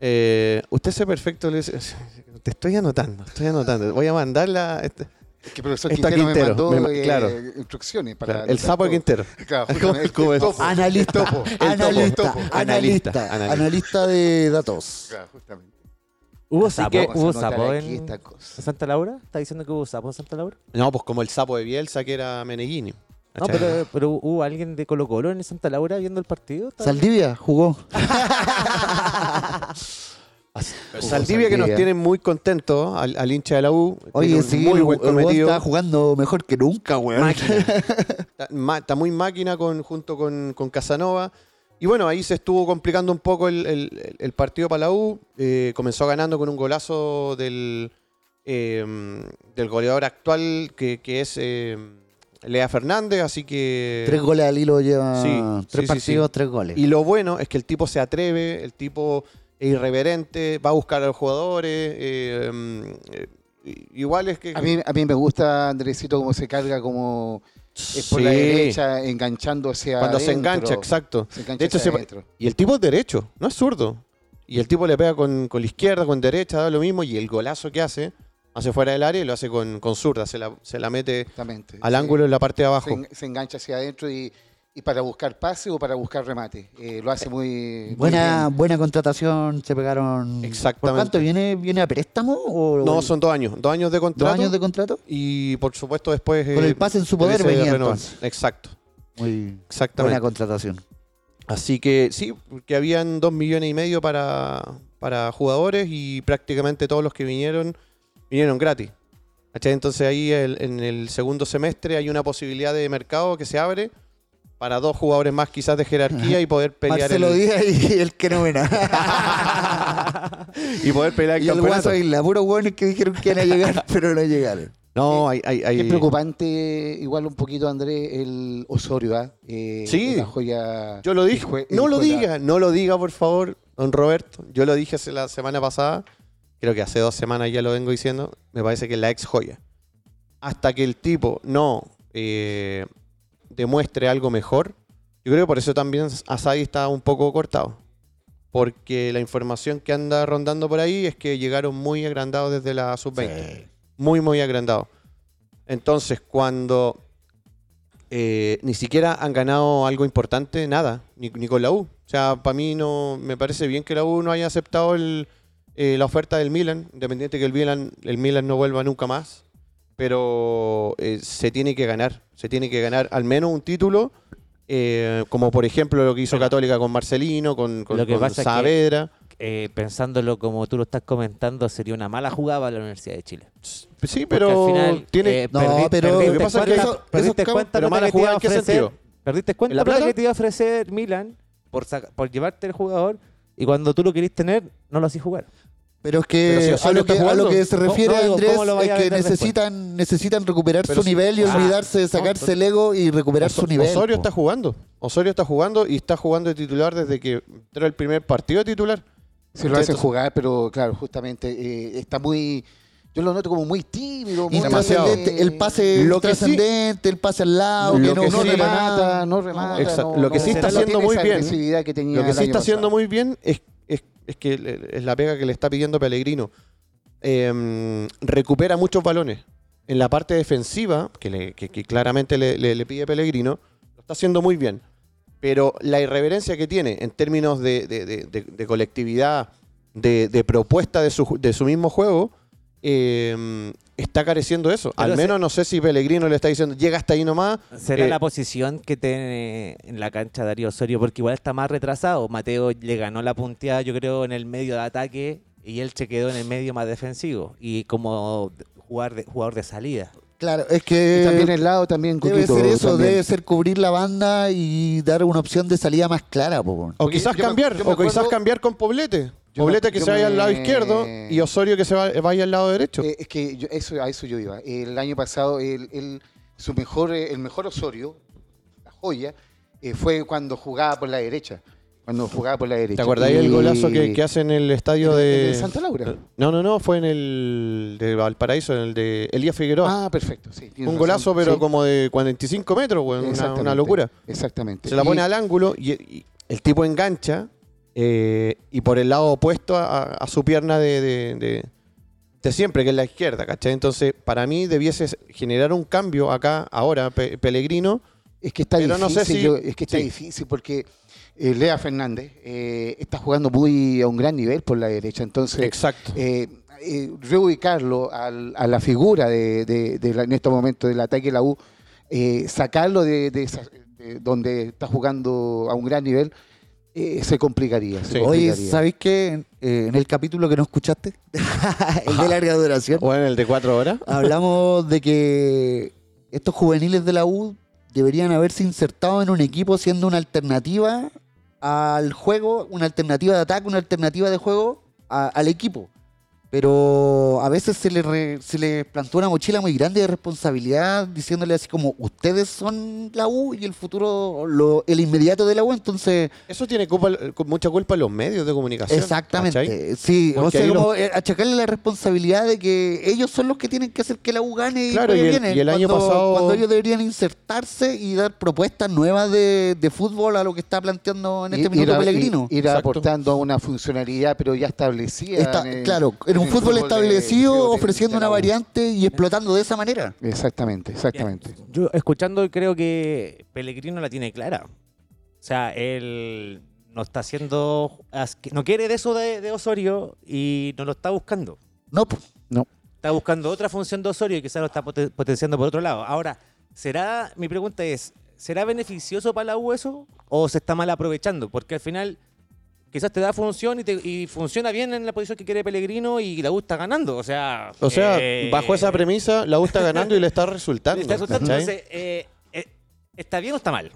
Speaker 4: Eh, usted se perfecto, le dice- te estoy anotando, estoy anotando. Voy a mandar la- este-
Speaker 3: Es que el profesor
Speaker 4: Está
Speaker 3: Quintero,
Speaker 4: Quintero,
Speaker 3: me
Speaker 4: me
Speaker 3: mandó
Speaker 4: ma-
Speaker 3: eh,
Speaker 4: claro.
Speaker 3: instrucciones para...
Speaker 4: el sapo de Quintero.
Speaker 3: Claro,
Speaker 4: ¿Cómo-
Speaker 3: justamente,
Speaker 4: cómo
Speaker 3: el
Speaker 4: es?
Speaker 3: topo.
Speaker 5: Analista,
Speaker 3: topo, el topo,
Speaker 5: analista,
Speaker 3: el topo.
Speaker 5: analista,
Speaker 4: Analista,
Speaker 5: analista,
Speaker 4: analista.
Speaker 5: de datos.
Speaker 3: Claro, justamente.
Speaker 2: ¿Hubo
Speaker 4: Así
Speaker 2: sapo,
Speaker 4: que-
Speaker 2: ¿hubo
Speaker 3: Vamos a anotar
Speaker 2: sapo
Speaker 3: aquí
Speaker 2: en
Speaker 3: esta cosa.
Speaker 2: Santa Laura? ¿Está diciendo que hubo sapo en Santa Laura?
Speaker 4: No, pues como el sapo de Bielsa que era Meneghini.
Speaker 2: No,
Speaker 4: ¿cachai?
Speaker 2: pero, pero hubo alguien de Colo Colo en Santa Laura viendo el partido. ¿Está-
Speaker 5: Saldivia jugó.
Speaker 4: Saldivia que nos
Speaker 3: Saldivia.
Speaker 4: tiene muy contentos al, al hincha de la U.
Speaker 5: Oye,
Speaker 4: tiene un
Speaker 5: sí,
Speaker 4: muy buen
Speaker 5: el- el weón
Speaker 4: cometido.
Speaker 5: estaba jugando mejor que nunca, weón.
Speaker 4: Está, ma- está muy máquina con, junto con, con Casanova. Y bueno, ahí se estuvo complicando un poco el, el- el partido para la U. Eh, comenzó ganando con un golazo del, eh, del goleador actual, que, que es eh, Lea Fernández. Así que.
Speaker 5: Tres goles al hilo lleva.
Speaker 4: Sí, sí,
Speaker 5: tres
Speaker 4: sí,
Speaker 5: partidos,
Speaker 4: sí.
Speaker 5: tres goles.
Speaker 4: Y lo bueno es que el tipo se atreve, el tipo es irreverente, va a buscar a los jugadores. eh, mm, eh, igual es que.
Speaker 3: A mí, a mí me gusta Andresito cómo se carga como es por la
Speaker 4: Sí.
Speaker 3: derecha enganchándose a
Speaker 4: Cuando se engancha, exacto.
Speaker 3: Se engancha
Speaker 4: De hecho,
Speaker 3: hacia
Speaker 4: se-
Speaker 3: adentro.
Speaker 4: y el tipo es derecho, no es zurdo. Y el tipo le pega con, con la izquierda, con derecha, da lo mismo. Y el golazo que hace, hace fuera del área y lo hace con, con zurda. Se la, se la mete
Speaker 3: Exactamente.
Speaker 4: al
Speaker 3: Sí.
Speaker 4: ángulo en la parte de
Speaker 3: Se,
Speaker 4: abajo.
Speaker 3: en- se engancha hacia adentro y, y para buscar pase o para buscar remate. Eh, lo hace muy, muy
Speaker 5: buena,
Speaker 3: bien.
Speaker 5: buena contratación, se pegaron. ¿Por
Speaker 4: Exactamente.
Speaker 5: cuánto? ¿Viene, viene a préstamo? O,
Speaker 4: No, son dos años. Dos años de
Speaker 5: dos
Speaker 4: contrato.
Speaker 5: años de contrato.
Speaker 4: Y por supuesto después...
Speaker 5: Con
Speaker 4: eh,
Speaker 5: el pase en su poder
Speaker 4: se
Speaker 5: venía
Speaker 4: renova.
Speaker 5: entonces.
Speaker 4: Exacto,
Speaker 5: Muy buena
Speaker 4: exactamente.
Speaker 5: contratación.
Speaker 4: Así que sí, que habían dos millones y medio para, para jugadores y prácticamente todos los que vinieron, vinieron gratis. ¿Cachai? Entonces ahí el- en el segundo semestre hay una posibilidad de mercado que se abre para dos jugadores más quizás de jerarquía y poder pelear
Speaker 5: Marcelo
Speaker 4: el,
Speaker 5: Díaz y el que no ven
Speaker 4: y poder pelear el
Speaker 5: y el
Speaker 4: campeonato.
Speaker 5: Guaso Isla, puros hueones que dijeron que iban a llegar, pero no llegaron.
Speaker 4: No, hay, hay, hay-
Speaker 3: Es preocupante, igual un poquito, Andrés, el Osorio, ¿ah? Eh,
Speaker 4: Sí.
Speaker 3: una joya
Speaker 4: Yo lo dije.
Speaker 3: hijue-
Speaker 4: no lo
Speaker 3: hijuela.
Speaker 4: diga, no lo diga, por favor, don Roberto. Yo lo dije hace la semana pasada. Creo que hace dos semanas ya lo vengo diciendo. Me parece que es la ex joya. Hasta que el tipo no eh, demuestre algo mejor. Yo creo que por eso también Asadi está un poco cortado. Porque la información que anda rondando por ahí es que llegaron muy agrandados desde la sub-20 muy, muy agrandado. Entonces, cuando eh, ni siquiera han ganado algo importante, nada, ni, ni con la U. O sea, para mí no me parece bien que la U no haya aceptado el, eh, la oferta del Milan, independiente que el Milan, el Milan no vuelva nunca más. Pero eh, se tiene que ganar, se tiene que ganar al menos un título, eh, como por ejemplo lo que hizo Católica con Marcelino, con, con,
Speaker 2: Lo que
Speaker 4: con
Speaker 2: pasa es que-
Speaker 4: Saavedra.
Speaker 2: Eh, pensándolo como tú lo estás comentando, sería una mala jugada para la Universidad de Chile.
Speaker 4: Sí,
Speaker 2: Porque
Speaker 4: pero
Speaker 2: al final,
Speaker 4: tiene,
Speaker 2: eh,
Speaker 5: No,
Speaker 2: perdi-
Speaker 5: pero-
Speaker 2: perdiste
Speaker 5: Lo que pasa es que
Speaker 2: cuenta-
Speaker 5: eso-
Speaker 2: perdiste
Speaker 4: esos
Speaker 2: cuenta
Speaker 4: cabros-
Speaker 2: plata
Speaker 4: pero mala
Speaker 2: que te iba
Speaker 4: jugada,
Speaker 2: a
Speaker 4: ¿en qué
Speaker 2: ofrecer-
Speaker 4: sentido?
Speaker 2: Perdiste cuenta
Speaker 4: ¿En la
Speaker 2: plata
Speaker 4: plata?
Speaker 2: que te iba a ofrecer Milan por, saca- por llevarte el jugador y cuando tú lo querís tener, no lo hacís jugar.
Speaker 5: Pero es que,
Speaker 4: Pero si
Speaker 5: a,
Speaker 4: Osorio
Speaker 5: lo que
Speaker 4: está
Speaker 5: a lo
Speaker 4: jugando.
Speaker 5: que se
Speaker 2: No,
Speaker 5: refiere
Speaker 2: no digo,
Speaker 5: Andrés
Speaker 2: ¿cómo lo vaya a
Speaker 5: es que
Speaker 2: vender después?
Speaker 5: necesitan, necesitan recuperar
Speaker 4: Pero
Speaker 5: su
Speaker 4: si-
Speaker 5: nivel y
Speaker 4: Ah,
Speaker 5: olvidarse de
Speaker 4: no,
Speaker 5: sacarse el ego y recuperar
Speaker 4: Oso-
Speaker 5: su nivel.
Speaker 4: Osorio
Speaker 5: po.
Speaker 4: está jugando. Osorio está jugando y está jugando de titular desde que entró el primer partido de titular.
Speaker 3: Se lo hacen
Speaker 4: Entonces-
Speaker 3: jugar, pero claro, justamente eh, está muy. Yo lo noto como muy tímido, muy
Speaker 4: Demasiado.
Speaker 5: Intrascendente, el pase
Speaker 4: Lo que sí-
Speaker 5: trascendente, el pase al lado,
Speaker 4: Lo
Speaker 5: que no,
Speaker 4: que
Speaker 5: no
Speaker 4: sí-
Speaker 5: remata.
Speaker 3: remata, no remata.
Speaker 4: Exacto.
Speaker 3: no-
Speaker 4: Lo que sí
Speaker 3: no-
Speaker 4: está
Speaker 3: no
Speaker 4: haciendo
Speaker 3: tiene
Speaker 4: muy
Speaker 3: esa
Speaker 4: bien.
Speaker 3: agresividad que tenía
Speaker 4: Lo que
Speaker 3: el
Speaker 4: sí está
Speaker 3: año
Speaker 4: haciendo
Speaker 3: pasado.
Speaker 4: muy bien es, es- es que le- es la pega que le está pidiendo Pellegrino. Eh, recupera muchos balones. En la parte defensiva, que, le- que- que claramente le, le- le pide Pellegrino, lo está haciendo muy bien. pero la irreverencia que tiene en términos de, de- de- de- de colectividad, de, de propuesta de su, ju- de su mismo juego, eh, está careciendo eso.
Speaker 2: Pero se-
Speaker 4: Al menos no sé si Pellegrino le está diciendo, llega hasta ahí nomás.
Speaker 2: ¿Será
Speaker 4: eh,
Speaker 2: la posición que tiene en la cancha Darío Osorio? Porque igual está más retrasado. Mateo le ganó la punteada, yo creo, en el medio de ataque y él se quedó en el medio más defensivo. Y como jugar de, jugador de salida.
Speaker 5: Claro, es
Speaker 3: Y
Speaker 5: que
Speaker 3: también el lado también
Speaker 5: debe
Speaker 3: Coquito,
Speaker 5: ser eso,
Speaker 3: también.
Speaker 5: debe ser cubrir la banda y dar una opción de salida más clara. po, weón.
Speaker 4: O
Speaker 3: Porque
Speaker 4: quizás
Speaker 3: yo me-
Speaker 4: cambiar,
Speaker 3: yo me
Speaker 4: o quizás
Speaker 3: acuerdo-
Speaker 4: cambiar con Poblete.
Speaker 3: Yo
Speaker 4: Poblete
Speaker 3: me-
Speaker 4: que
Speaker 3: yo
Speaker 4: se vaya al lado
Speaker 3: me-
Speaker 4: izquierdo y Osorio que se va- vaya al lado derecho.
Speaker 3: Eh, es que yo- eso, a eso yo iba. El año pasado, el, el- su mejor, eh, el mejor Osorio, la joya, eh, fue cuando jugaba por la derecha. Cuando jugaba por la derecha.
Speaker 4: ¿Te acordáis
Speaker 3: Y-
Speaker 4: del golazo que, que hace en el estadio
Speaker 3: en el-
Speaker 4: de... Eh,
Speaker 3: en el Santa Laura.
Speaker 4: No, no, no, fue en el de Valparaíso, en el de Elías Figueroa.
Speaker 3: Ah, perfecto. Sí, tienes
Speaker 4: un
Speaker 3: razón.
Speaker 4: golazo, pero
Speaker 3: Sí,
Speaker 4: como de 45 metros, weón, una,
Speaker 3: exactamente,
Speaker 4: una locura.
Speaker 3: Exactamente.
Speaker 4: Se la
Speaker 3: Y-
Speaker 4: pone al ángulo y, y el tipo engancha eh, y por el lado opuesto a, a- a su pierna de, de- de- de siempre, que es la izquierda, ¿cachai? Entonces, para mí debiese generar un cambio acá, ahora, Pe- Pellegrino.
Speaker 3: Es que está
Speaker 4: Pero no
Speaker 3: difícil,
Speaker 4: sé si-
Speaker 3: yo- es que está
Speaker 4: sí.
Speaker 3: difícil porque eh, Lea Fernández eh, está jugando muy a un gran nivel por la derecha, entonces
Speaker 4: Exacto.
Speaker 3: eh, eh, reubicarlo al- a la figura de, de- de la- en estos momentos del ataque de la U, eh, sacarlo de, de esa- de donde está jugando a un gran nivel, eh, se complicaría. se
Speaker 4: Sí.
Speaker 5: Oye,
Speaker 3: complicaría.
Speaker 5: ¿sabéis qué? Eh, en el capítulo que no escuchaste, el de larga duración,
Speaker 4: Bueno, el de cuatro horas.
Speaker 5: hablamos de que estos juveniles de la U deberían haberse insertado en un equipo siendo una alternativa al juego, una alternativa de ataque, una alternativa de juego a- al equipo. Pero a veces se les, re- se les plantó una mochila muy grande de responsabilidad, diciéndole así como, ustedes son la U y el futuro, lo- el inmediato de la U, entonces...
Speaker 4: Eso tiene culpa- mucha culpa los medios de comunicación.
Speaker 5: Exactamente.
Speaker 4: ¿cachai?
Speaker 5: Sí, o
Speaker 4: Porque
Speaker 5: sea,
Speaker 4: ahí
Speaker 5: como eh, achacarle la responsabilidad de que ellos son los que tienen que hacer que la U gane y
Speaker 4: Claro,
Speaker 5: juegue
Speaker 4: y el-
Speaker 5: bien, eh,
Speaker 4: y el año
Speaker 5: cuando-
Speaker 4: pasado-
Speaker 5: Cuando ellos deberían insertarse y dar propuestas nuevas de, de fútbol a lo que está planteando en
Speaker 3: Ir-
Speaker 5: este minuto
Speaker 3: ir a-
Speaker 5: Pellegrino.
Speaker 3: ir- ir
Speaker 4: Exacto.
Speaker 3: aportando a una funcionalidad, pero ya establecida.
Speaker 5: Está-
Speaker 3: en el-
Speaker 5: claro, en un
Speaker 3: el
Speaker 5: fútbol
Speaker 3: de-
Speaker 5: establecido,
Speaker 3: de- de- de
Speaker 5: ofreciendo
Speaker 3: la
Speaker 5: una
Speaker 3: U.
Speaker 5: variante y explotando de esa manera.
Speaker 3: Exactamente, exactamente.
Speaker 2: Yo escuchando creo que Pellegrino la tiene clara. O sea, él no está haciendo... asque- No quiere de eso de, de Osorio y no lo está buscando.
Speaker 5: No, pues. po.
Speaker 2: Está buscando otra función de Osorio y quizás lo está poten- potenciando por otro lado. Ahora, ¿será, mi pregunta es, ¿será beneficioso para la U eso o se está mal aprovechando? Porque al final quizás te da función y, te- y funciona bien en la posición que quiere Pellegrino y la U está ganando. O sea,
Speaker 4: O sea,
Speaker 2: eh,
Speaker 4: bajo esa premisa, la U está ganando y le está resultando.
Speaker 2: Está asustando,
Speaker 4: ¿cachai?
Speaker 2: entonces, eh, eh, ¿está bien o está mal?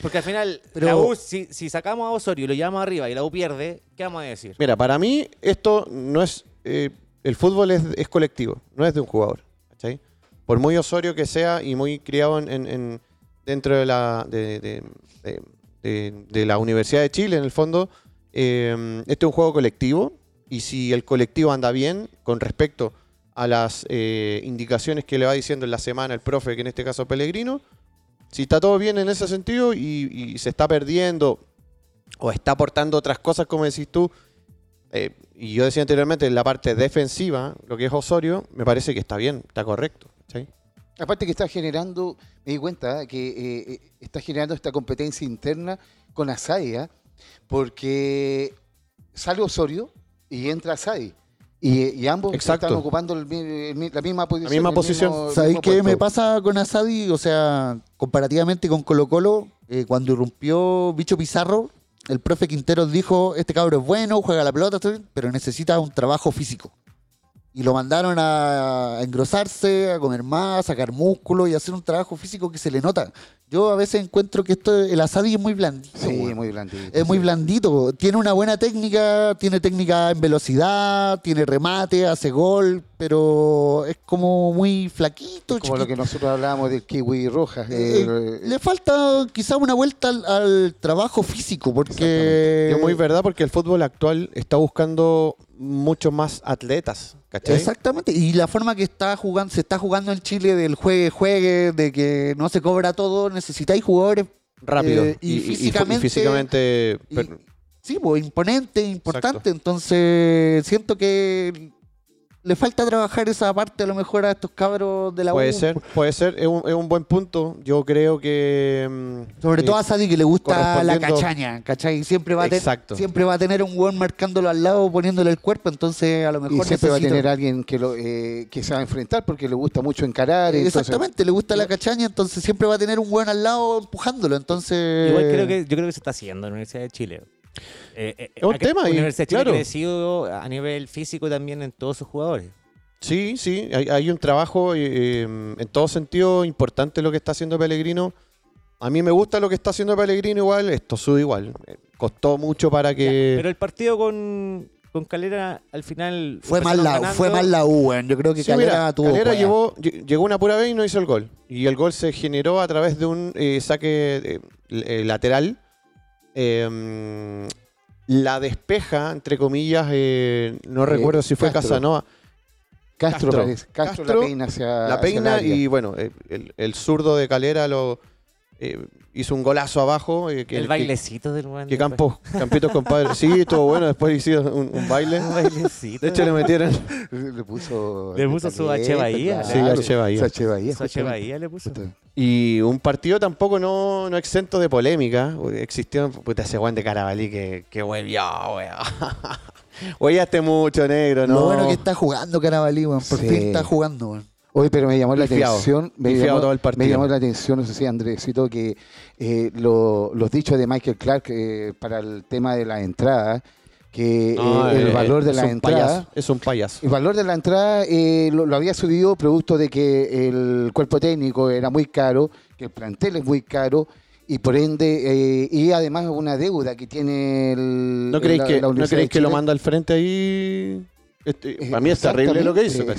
Speaker 2: Porque al final,
Speaker 5: Pero-
Speaker 2: la U, si, si sacamos a Osorio y lo llevamos arriba y la U pierde, ¿qué vamos a decir?
Speaker 4: Mira, para mí esto no es... eh, el fútbol es, es colectivo, no es de un jugador. ¿cachai? Por muy Osorio que sea y muy criado en, en- en- dentro de la, de, de- de- de- de la Universidad de Chile, en el fondo, eh, este es un juego colectivo y si el colectivo anda bien con respecto a las eh, indicaciones que le va diciendo en la semana el profe, que en este caso es Pellegrino, si está todo bien en ese sentido y, y se está perdiendo o está aportando otras cosas, como decís tú, eh, y yo decía anteriormente, en la parte defensiva, lo que es Osorio, me parece que está bien, está correcto. ¿cachai?
Speaker 5: Eh,
Speaker 3: Aparte que está generando, me di cuenta ¿eh? que eh, eh, está generando esta competencia interna con Asadi, ¿eh? porque sale Osorio y entra Asadi. Y, eh, y ambos
Speaker 4: Exacto.
Speaker 3: están ocupando el mi- el mi- la misma posición.
Speaker 4: misma
Speaker 3: el
Speaker 4: posición.
Speaker 3: mismo- el
Speaker 5: ¿Sabéis
Speaker 3: mismo
Speaker 5: qué
Speaker 3: puesto.
Speaker 5: me pasa con Asadi? O sea, comparativamente con Colo Colo, eh, cuando irrumpió Bicho Pizarro, el profe Quinteros dijo, este cabro es bueno, juega la pelota, todo, pero necesita un trabajo físico. Y lo mandaron a engrosarse, a comer más, a sacar músculo y a hacer un trabajo físico que se le nota. Yo a veces encuentro que esto, el Asadi es muy blandito.
Speaker 3: Sí,
Speaker 5: weón.
Speaker 3: muy blandito.
Speaker 5: Es muy
Speaker 3: sí.
Speaker 5: blandito. Tiene una buena técnica, tiene técnica en velocidad, tiene remate, hace gol, pero es como muy flaquito.
Speaker 3: Como lo que
Speaker 5: chiquito.
Speaker 3: nosotros hablábamos del kiwi roja.
Speaker 5: Eh,
Speaker 3: el-
Speaker 5: le falta quizá una vuelta al, al trabajo físico, porque...
Speaker 4: Que es muy verdad porque el fútbol actual está buscando muchos más atletas. ¿cachai?
Speaker 5: Exactamente, y la forma que está jugando, se está jugando en Chile del juegue, juegue, de que no se cobra todo, necesitáis jugadores
Speaker 4: Rápido.
Speaker 5: Eh, y
Speaker 4: fu-
Speaker 5: físicamente-
Speaker 4: físicamente,
Speaker 5: Y-
Speaker 4: per-
Speaker 5: sí, pues, imponente, importante. Entonces, siento que le falta trabajar esa parte a lo mejor a estos cabros de la
Speaker 4: Puede
Speaker 5: U,
Speaker 4: ser, puede ser. Es un, es un buen punto. Yo creo que. mm,
Speaker 5: Sobre
Speaker 4: eh,
Speaker 5: todo a Sadi que le gusta la
Speaker 4: correspondiendo-
Speaker 5: cachaña, ¿cachai? Siempre va, a ten-
Speaker 4: Exacto.
Speaker 5: siempre va a tener un weón marcándolo al lado, poniéndole el cuerpo, entonces a lo mejor
Speaker 3: Y siempre va a
Speaker 5: necesita-
Speaker 3: tener alguien que, lo, eh, que se va a enfrentar porque le gusta mucho encarar. entonces-
Speaker 5: Exactamente, le gusta la cachaña, entonces siempre va a tener un weón al lado empujándolo,
Speaker 4: Eh,
Speaker 5: entonces...
Speaker 2: Igual creo que, yo creo que se está haciendo en la Universidad de Chile. Eh, eh,
Speaker 4: Es un
Speaker 2: ha-
Speaker 4: tema
Speaker 2: La
Speaker 4: y-
Speaker 2: Universidad de Chile
Speaker 4: claro.
Speaker 2: ha crecido a nivel físico también en todos sus jugadores.
Speaker 4: Eh. Sí, sí. Hay, hay un trabajo eh, en todo sentido importante lo que está haciendo Pellegrino. A mí me gusta lo que está haciendo Pellegrino igual. Esto sube igual. Eh, Costó mucho para que.
Speaker 2: Pero el partido con, con Calera al final.
Speaker 5: Fue mal
Speaker 2: empezaron
Speaker 5: la,
Speaker 2: ganando.
Speaker 5: fue mal la U, weón. Yo creo que
Speaker 4: Sí,
Speaker 5: Calera
Speaker 4: mira,
Speaker 5: tuvo...
Speaker 4: Calera
Speaker 5: cueva.
Speaker 4: llevó, lle- llegó una pura vez y no hizo el gol. Y el gol se generó a través de un eh, saque eh, l- eh, lateral. Eh, la despeja, entre comillas, eh, no
Speaker 3: Eh,
Speaker 4: recuerdo si fue
Speaker 3: Castro.
Speaker 4: Casanova.
Speaker 3: Castro,
Speaker 4: Castro.
Speaker 3: parece. Castro,
Speaker 4: Castro,
Speaker 3: la peina Ah, hacia
Speaker 4: la
Speaker 3: hacia el
Speaker 4: peina
Speaker 3: área.
Speaker 4: y bueno, eh, el, el zurdo de Calera lo eh, hizo un golazo abajo. eh, que,
Speaker 2: El
Speaker 4: que-
Speaker 2: bailecito del
Speaker 4: Que,
Speaker 2: weón.
Speaker 4: campos, campitos compadre. Sí, estuvo bueno, después hicieron un, un baile.
Speaker 2: Un bailecito.
Speaker 4: De hecho, le metieron.
Speaker 3: Le puso.
Speaker 2: Le puso su H. Bahía.
Speaker 4: Sí, H. Bahía.
Speaker 3: Su H. Bahía,
Speaker 2: Sacha
Speaker 3: justamente.
Speaker 2: Bahía le puso.
Speaker 3: Puta.
Speaker 4: Y un partido tampoco no, no exento de polémica. Existió, puta, ese guante de Carabalí que, que huevió, weón. Huellaste mucho, negro, ¿no?
Speaker 5: Lo bueno que está jugando Carabalí, weón. Por
Speaker 3: Sí.
Speaker 5: fin está jugando, weón.
Speaker 3: Oye, pero me llamó la
Speaker 4: Bifiado.
Speaker 3: atención. Me
Speaker 4: Bifiado
Speaker 3: llamó,
Speaker 4: todo el partido.
Speaker 3: me llamó la atención, no sé si Andresito, que eh, lo- los dichos de Michael Clark eh, para el tema de la entrada, que
Speaker 4: No,
Speaker 3: eh, el
Speaker 4: eh,
Speaker 3: valor de
Speaker 4: es
Speaker 3: la
Speaker 4: un
Speaker 3: entrada.
Speaker 4: payaso, es un payaso.
Speaker 3: El valor de la entrada eh, lo, lo había subido producto de que el cuerpo técnico era muy caro, que el plantel es muy caro y por ende, eh, y además una deuda que tiene el,
Speaker 4: ¿No creéis
Speaker 3: la-
Speaker 4: que,
Speaker 3: la
Speaker 4: ¿no
Speaker 3: Universidad de
Speaker 4: creéis que lo
Speaker 3: Chile.
Speaker 4: manda al frente ahí? Este,
Speaker 3: Eh,
Speaker 4: para mí es terrible lo que hizo,
Speaker 3: exactamente,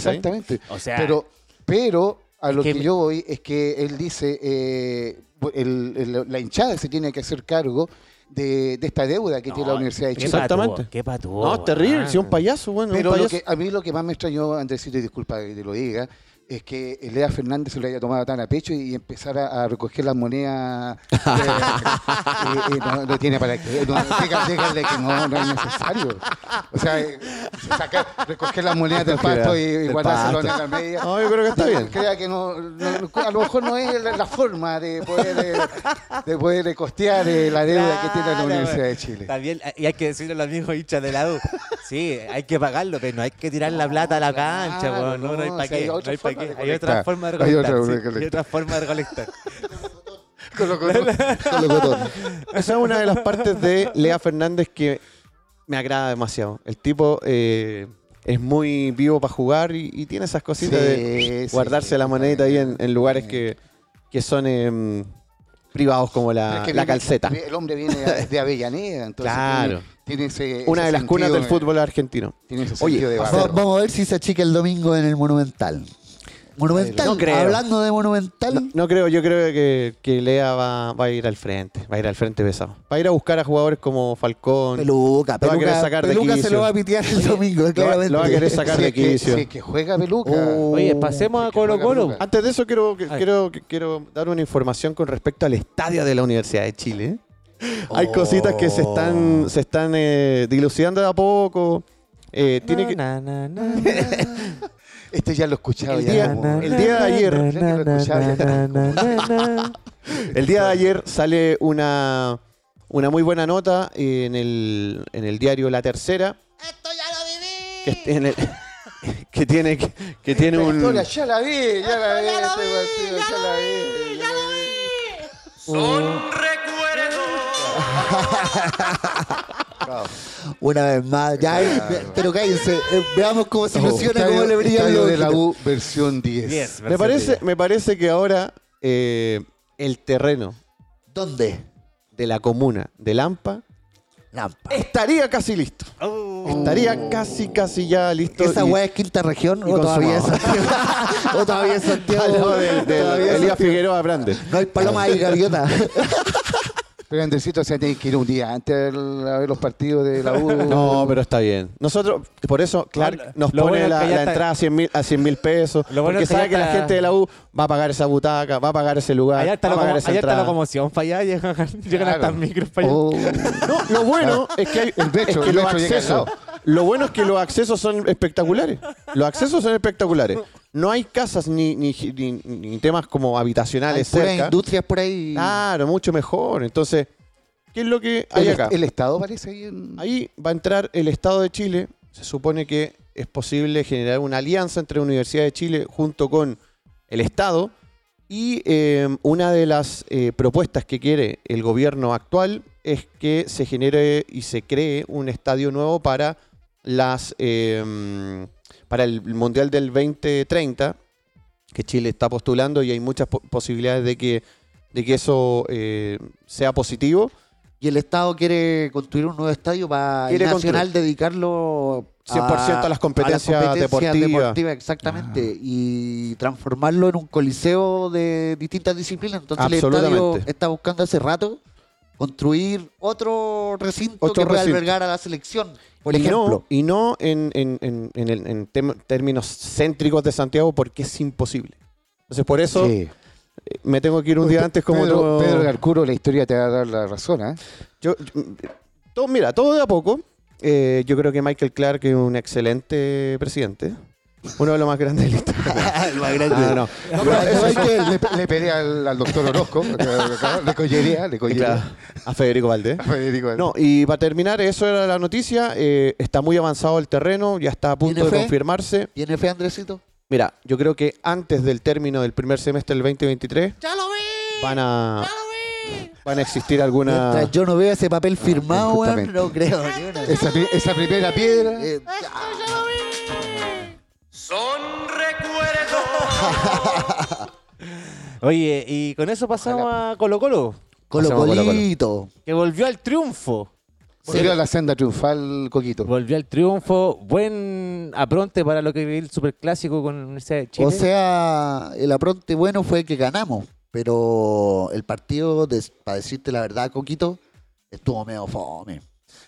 Speaker 4: ¿cachai?
Speaker 3: Exactamente.
Speaker 2: O sea,
Speaker 3: Pero, pero a
Speaker 2: es
Speaker 3: lo
Speaker 2: que
Speaker 3: que,
Speaker 2: me-
Speaker 3: yo voy es que él dice, eh, el- el- la hinchada se tiene que hacer cargo de, de esta deuda que tiene la
Speaker 2: no,
Speaker 3: Universidad de
Speaker 2: qué
Speaker 3: Chile.
Speaker 4: Exactamente.
Speaker 2: patúo, Qué patúo.
Speaker 4: No, es terrible,
Speaker 2: weón.
Speaker 4: si es un payaso, bueno, es
Speaker 3: Pero
Speaker 4: un
Speaker 3: lo
Speaker 4: payaso.
Speaker 3: que, a mí lo que más me extrañó, Andresito, y disculpa que te lo diga, es que Lea Fernández se lo haya tomado tan a pecho y empezar a, a recoger las monedas. eh, eh, eh, no, no tiene para qué. No, diga- díganle que no, no es necesario. O sea, eh, sacar, recoger las monedas del pasto y, y
Speaker 4: Del
Speaker 3: guardárselas
Speaker 4: pasto.
Speaker 3: en la media.
Speaker 4: No, yo creo que está bien.
Speaker 3: Crea que no, no- a lo mejor no es la, la forma de poder, eh, de poder eh, costear eh, la deuda que tiene la
Speaker 2: Claro,
Speaker 3: Universidad de
Speaker 2: weón.
Speaker 3: Chile.
Speaker 2: También, eh, y hay que decirle a los amigos hinchas de la U. Sí, hay que pagarlo, pero no hay que tirar la plata a la
Speaker 3: claro,
Speaker 2: cancha, weón. No, no hay
Speaker 3: no,
Speaker 2: para
Speaker 3: o sea, hay
Speaker 2: qué. no
Speaker 3: otra
Speaker 2: hay pa'
Speaker 3: forma
Speaker 2: qué.
Speaker 3: de
Speaker 2: Hay otra
Speaker 3: recolectar.
Speaker 2: forma de
Speaker 3: Hay otra
Speaker 2: recolectar. sí,
Speaker 3: forma de
Speaker 2: Hay otra forma de recolectar.
Speaker 3: Con lo- con lo- con lo- con lo-
Speaker 4: Esa es una de las partes de Lea Fernández que me agrada demasiado. El tipo eh, es muy vivo para jugar y, y tiene esas cositas
Speaker 3: Sí,
Speaker 4: de
Speaker 3: sí,
Speaker 4: guardarse
Speaker 3: sí,
Speaker 4: la monedita ahí en, en lugares
Speaker 3: sí.
Speaker 4: que, que son em, privados como
Speaker 3: Pero
Speaker 4: la,
Speaker 3: es que
Speaker 4: la
Speaker 3: viene-
Speaker 4: calceta.
Speaker 3: El hombre viene de de Avellaneda, entonces
Speaker 4: Claro.
Speaker 3: tiene, tiene ese,
Speaker 4: Una
Speaker 3: ese
Speaker 4: de las cunas
Speaker 3: sentido,
Speaker 4: del
Speaker 3: eh,
Speaker 4: fútbol argentino.
Speaker 3: Tiene ese
Speaker 4: Oye,
Speaker 3: sentido de
Speaker 4: va-
Speaker 5: Va-
Speaker 3: barrio.
Speaker 5: vamos a ver si se achica el domingo en el Monumental. Monumental,
Speaker 4: No creo.
Speaker 5: hablando de Monumental,
Speaker 4: No, no creo, yo creo que, que Lea va, va a ir al frente, va a ir al frente pesado. Va a ir a buscar a jugadores como Falcón.
Speaker 5: Peluca,
Speaker 4: Lo va a querer
Speaker 5: Peluca,
Speaker 4: sacar de
Speaker 5: Peluca se
Speaker 4: quicio.
Speaker 5: lo va a pitear el domingo,
Speaker 4: lo va-
Speaker 5: claramente.
Speaker 4: lo va a querer sacar
Speaker 3: Si
Speaker 4: de
Speaker 3: es que-
Speaker 4: quicio. Uh,
Speaker 3: Si es que juega peluca.
Speaker 5: Oh.
Speaker 2: Oye, pasemos a
Speaker 3: Uh, Que juega
Speaker 2: Colo Colo.
Speaker 3: Luca.
Speaker 4: Antes de eso quiero, que-
Speaker 2: Ay.
Speaker 4: quiero, que- quiero dar una información con respecto al estadio de la Universidad de Chile. Hay
Speaker 5: Oh.
Speaker 4: cositas que se
Speaker 2: Oh.
Speaker 4: están, se están eh, dilucidando de a poco. Eh, tiene que,
Speaker 2: Na, na, na, na.
Speaker 3: Este ya lo escuchaba.
Speaker 4: El
Speaker 3: ya
Speaker 4: día-
Speaker 3: como-
Speaker 4: el día de ayer.
Speaker 3: Creo que lo escuchaba ya.
Speaker 4: el día de ayer sale una, una muy buena nota en el, en el diario La Tercera. ¡Esto ya lo viví! Que tiene, que, tiene, que tiene
Speaker 3: La historia,
Speaker 4: un...
Speaker 3: Ya la vi, ya la vi. este partido, Ya la vi. ya la vi.
Speaker 5: Una vez más, ya, eh, pero cállense, eh, veamos cómo
Speaker 4: Oh,
Speaker 5: se ilusiona, cómo le brilla
Speaker 3: Estadio
Speaker 5: el
Speaker 3: de la U versión 10.
Speaker 2: Diez,
Speaker 4: Me parece, me parece que ahora eh, el terreno
Speaker 5: ¿Dónde?
Speaker 4: de la comuna de Lampa
Speaker 5: Lampa.
Speaker 4: estaría casi listo.
Speaker 2: Oh.
Speaker 4: Estaría casi, casi ya listo.
Speaker 5: ¿Esa
Speaker 4: y-
Speaker 5: weá es quinta región
Speaker 4: y
Speaker 5: o todavía es
Speaker 4: consumado.
Speaker 5: Santiago? ¿O todavía es Santiago?
Speaker 4: al lado de, de
Speaker 5: Todavía es
Speaker 4: Elías
Speaker 5: Santiago.
Speaker 4: Figueroa Brande.
Speaker 5: No hay paloma y gaviota.
Speaker 3: Pero Andresito, o sea, tiene que ir un día antes al- a ver los partidos de la U. Oh.
Speaker 4: No, pero está bien. Nosotros, por eso,
Speaker 2: No, lo-
Speaker 4: Clark nos
Speaker 2: lo
Speaker 4: pone
Speaker 2: bueno es
Speaker 4: la,
Speaker 2: que ya
Speaker 4: la
Speaker 2: está-
Speaker 4: entrada a 100 mil a 100 mil pesos.
Speaker 2: Lo bueno
Speaker 4: porque
Speaker 2: es que ya
Speaker 4: sabe que la
Speaker 2: está-
Speaker 4: gente de la U va a pagar esa butaca, va a pagar ese lugar,
Speaker 2: Allá está,
Speaker 3: Ah,
Speaker 4: va
Speaker 2: la
Speaker 4: a pagar
Speaker 2: como-
Speaker 4: esa
Speaker 2: allá está la
Speaker 4: entrada.
Speaker 2: locomoción para allá, llegan, llegan
Speaker 3: Claro.
Speaker 2: hasta micros para allá.
Speaker 3: Oh.
Speaker 4: No, lo bueno es que hay
Speaker 5: Ah.
Speaker 3: El metro,
Speaker 4: es que
Speaker 3: el
Speaker 4: los
Speaker 3: metro llega al
Speaker 4: accesos-
Speaker 3: lado.
Speaker 4: Lo bueno es que los accesos son espectaculares. Los accesos son espectaculares. No hay casas ni, ni, ni- ni temas como
Speaker 5: Hay
Speaker 4: habitacionales
Speaker 5: puras
Speaker 4: cerca.
Speaker 5: industrias por ahí.
Speaker 4: Claro, mucho mejor. Entonces, ¿qué es lo que hay
Speaker 3: El,
Speaker 4: acá?
Speaker 3: el Estado parece ahí en-
Speaker 4: Ahí va a entrar el Estado de Chile. Se supone que es posible generar una alianza entre la Universidad de Chile junto con el Estado. Y eh, una de las eh, propuestas que quiere el gobierno actual es que se genere y se cree un estadio nuevo para las eh, para el Mundial del 2030, que Chile está postulando y hay muchas po- posibilidades de que, de que eso eh, sea positivo.
Speaker 5: Y el Estado quiere construir un nuevo estadio para el
Speaker 4: Quiere
Speaker 5: Nacional dedicarlo
Speaker 4: 100% a las competencias deportivas. Ah.
Speaker 5: exactamente. Y transformarlo en un coliseo de distintas disciplinas. Entonces el estadio
Speaker 4: Absolutamente.
Speaker 5: está buscando hace rato construir otro recinto
Speaker 4: Otro
Speaker 5: que pueda
Speaker 4: recinto.
Speaker 5: albergar a la selección, por
Speaker 4: y
Speaker 5: ejemplo.
Speaker 4: No, y no en, en- en- en el- en tem- términos céntricos de Santiago porque es imposible. Entonces, por eso
Speaker 3: Sí.
Speaker 4: eh, me tengo que ir un día antes como
Speaker 3: Pedro,
Speaker 4: todo-
Speaker 3: Pedro Garcuro, la historia te va a dar la razón, ¿eh?
Speaker 4: Yo- yo- todo- mira, todo de a poco. Eh, yo creo que Michael Clark es un excelente presidente. Uno de los más grandes de la historia.
Speaker 5: El más grande.
Speaker 4: Ah, no.
Speaker 3: Eso es que le, le pedí al, al doctor Orozco, le collería, le
Speaker 4: Claro.
Speaker 3: collería.
Speaker 4: A Federico Valdés.
Speaker 3: Federico,
Speaker 4: No, y para terminar, eso era la noticia. Eh, está muy avanzado el terreno, ya está a punto
Speaker 5: ¿Tiene
Speaker 4: de
Speaker 5: fe?
Speaker 4: confirmarse.
Speaker 5: ¿Tiene fe, Andresito?
Speaker 4: Mira, yo creo que antes del término del primer semestre del 2023
Speaker 5: ¡Ya lo vi!
Speaker 4: van a,
Speaker 5: ¡Ya lo vi!
Speaker 4: van a existir alguna
Speaker 5: Mientras yo no veo ese papel
Speaker 4: Ah,
Speaker 5: firmado, weón,
Speaker 3: Justamente.
Speaker 5: no creo. ni una.
Speaker 3: Esa, pri- esa primera piedra.
Speaker 5: Eh,
Speaker 2: Oye, y con eso pasamos a Colo Colo,
Speaker 5: Colo
Speaker 4: Pasemos a Colo Colo.
Speaker 5: Colito.
Speaker 2: que volvió al triunfo.
Speaker 3: Volvió a la senda triunfal, Coquito.
Speaker 2: Volvió al triunfo. Buen apronte para lo que vi el superclásico con la Universidad de Chile.
Speaker 5: O sea, el apronte bueno fue que ganamos, pero el partido, para decirte la verdad, Coquito, estuvo medio fome.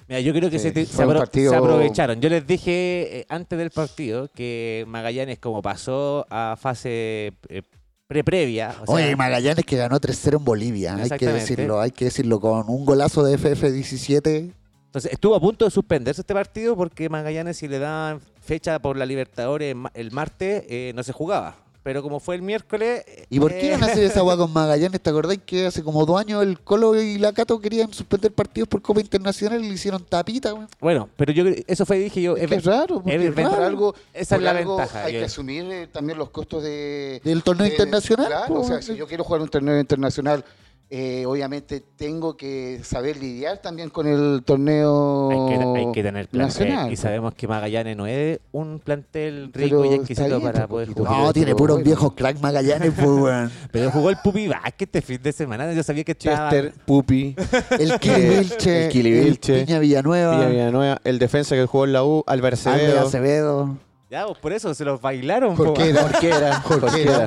Speaker 2: Mira, yo creo que
Speaker 3: Sí,
Speaker 2: se, te-
Speaker 3: fue
Speaker 2: se
Speaker 3: un
Speaker 2: apro-
Speaker 3: partido-
Speaker 2: se aprovecharon. Yo les dije eh, antes del partido que Magallanes, como pasó a fase eh, pre-previa, o sea,
Speaker 5: Oye, Magallanes que ganó 3-0 en Bolivia, hay que
Speaker 2: Exactamente.
Speaker 5: decirlo, hay que decirlo con un golazo de FF17.
Speaker 2: entonces estuvo a punto de suspenderse este partido porque Magallanes, si le daban fecha por la Libertadores ma- el martes, eh, no se jugaba. Pero como fue el miércoles.
Speaker 5: ¿Y por qué
Speaker 2: eh,
Speaker 5: iban a hacer esa hueá con Magallanes? ¿Te acordáis que hace como dos años el Colo y la Cato querían suspender partidos por Copa Internacional y le hicieron tapita? weón?
Speaker 2: Bueno, pero yo cre- eso fue, dije yo.
Speaker 3: Es, que es raro, porque
Speaker 2: es
Speaker 3: por
Speaker 2: raro.
Speaker 3: algo,
Speaker 2: Esa es
Speaker 3: por
Speaker 2: la
Speaker 3: algo
Speaker 2: ventaja.
Speaker 3: Hay
Speaker 2: yo-
Speaker 3: que asumir eh, también los costos de,
Speaker 5: ¿Del torneo
Speaker 3: de-
Speaker 5: internacional?
Speaker 3: Eh, Claro,
Speaker 5: po,
Speaker 3: o sea,
Speaker 5: weón.
Speaker 3: si yo quiero jugar un torneo internacional, eh, obviamente tengo que saber lidiar también con el torneo
Speaker 2: Hay que, hay que tener plantel.
Speaker 3: nacional.
Speaker 2: Y sabemos que Magallanes no es un plantel rico
Speaker 3: Pero
Speaker 2: y
Speaker 3: está
Speaker 2: exquisito
Speaker 3: ahí,
Speaker 2: para
Speaker 3: po,
Speaker 2: poder
Speaker 3: poquito.
Speaker 2: jugar. este
Speaker 5: No, tiene
Speaker 3: pero
Speaker 5: puros
Speaker 3: bueno.
Speaker 5: viejos crack Magallanes, pues, weón.
Speaker 2: Pero jugó el Pupi Vázquez este fin de semana. Yo sabía que estaba.
Speaker 4: Chester, Pupi,
Speaker 5: El Kili
Speaker 4: Eh,
Speaker 5: Vilche,
Speaker 4: el Kili Vilche,
Speaker 5: Piña Villanueva,
Speaker 4: Villa Villanueva, el defensa que jugó en la U, Álvaro
Speaker 5: Andrés
Speaker 4: Acevedo.
Speaker 5: Acevedo.
Speaker 2: Ya, pues, por eso se los bailaron. po.
Speaker 3: Jorquera, Jorquera,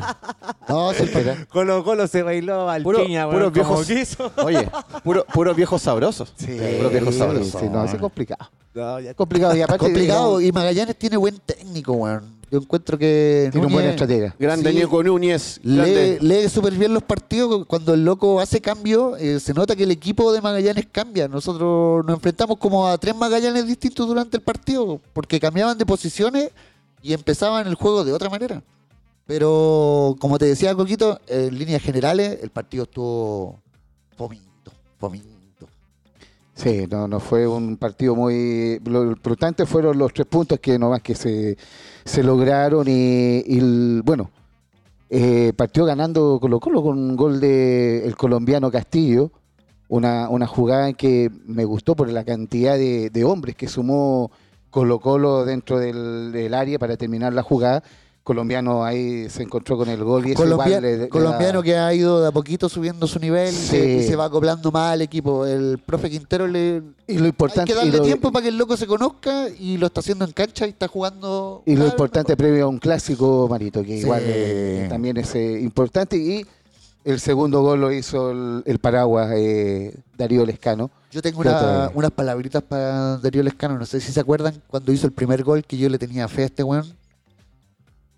Speaker 5: No, sí, pero-
Speaker 2: Colo Colo se bailó al
Speaker 4: Puro-
Speaker 2: piña,
Speaker 4: puros
Speaker 2: bueno, como
Speaker 4: viejos-
Speaker 2: quiso.
Speaker 4: Oye, puro- puros viejos sabrosos.
Speaker 5: Eh,
Speaker 4: Puros viejos sabrosos.
Speaker 3: Sí, no, eso es complicado.
Speaker 2: No, ya-
Speaker 3: Complicado, y aparte
Speaker 5: complicado.
Speaker 3: era
Speaker 5: Y Magallanes tiene buen técnico, weón. Yo encuentro que
Speaker 3: un- tiene un buen
Speaker 5: Núñez
Speaker 3: estratega.
Speaker 4: Grande
Speaker 5: Sí.
Speaker 4: Nico Núñez.
Speaker 5: lee,
Speaker 4: grande.
Speaker 5: lee súper bien los partidos. Cuando el loco hace cambio, eh, se nota que el equipo de Magallanes cambia. Nosotros nos enfrentamos como a tres Magallanes distintos durante el partido, porque cambiaban de posiciones y empezaban el juego de otra manera. Pero, como te decía, Coquito, en líneas generales, el partido estuvo fomito, fomito.
Speaker 3: Sí, no, no fue un partido muy. Lo importante fueron los tres puntos que nomás que se, se lograron y, y el- bueno, eh, partió ganando Colo Colo con un gol del el colombiano Castillo, una, una jugada en que me gustó por la cantidad de, de hombres que sumó Colo Colo dentro del, del área para terminar la jugada. Colombiano ahí se encontró con el gol y eso
Speaker 5: Colombia-
Speaker 3: igual le- le da-
Speaker 5: colombiano que ha ido de a poquito subiendo su nivel y, se,
Speaker 3: Sí.
Speaker 5: y se va acoplando más al equipo. El profe Quintero le
Speaker 3: y lo
Speaker 5: hay
Speaker 3: importante
Speaker 5: que
Speaker 3: y
Speaker 5: darle
Speaker 3: lo-
Speaker 5: tiempo para que el loco se conozca y lo está haciendo en cancha y está jugando.
Speaker 3: Y lo
Speaker 5: cada vez
Speaker 3: importante
Speaker 5: mejor.
Speaker 3: previo a un clásico, Marito, que
Speaker 5: Sí.
Speaker 3: igual eh, también es eh, importante. Y el segundo gol lo hizo el, el paraguas eh, Darío Lescano.
Speaker 5: Yo tengo
Speaker 3: Ya
Speaker 5: una-
Speaker 3: está.
Speaker 5: unas palabritas para Darío Lescano. No sé si se acuerdan cuando hizo el primer gol que yo le tenía fe a este weón.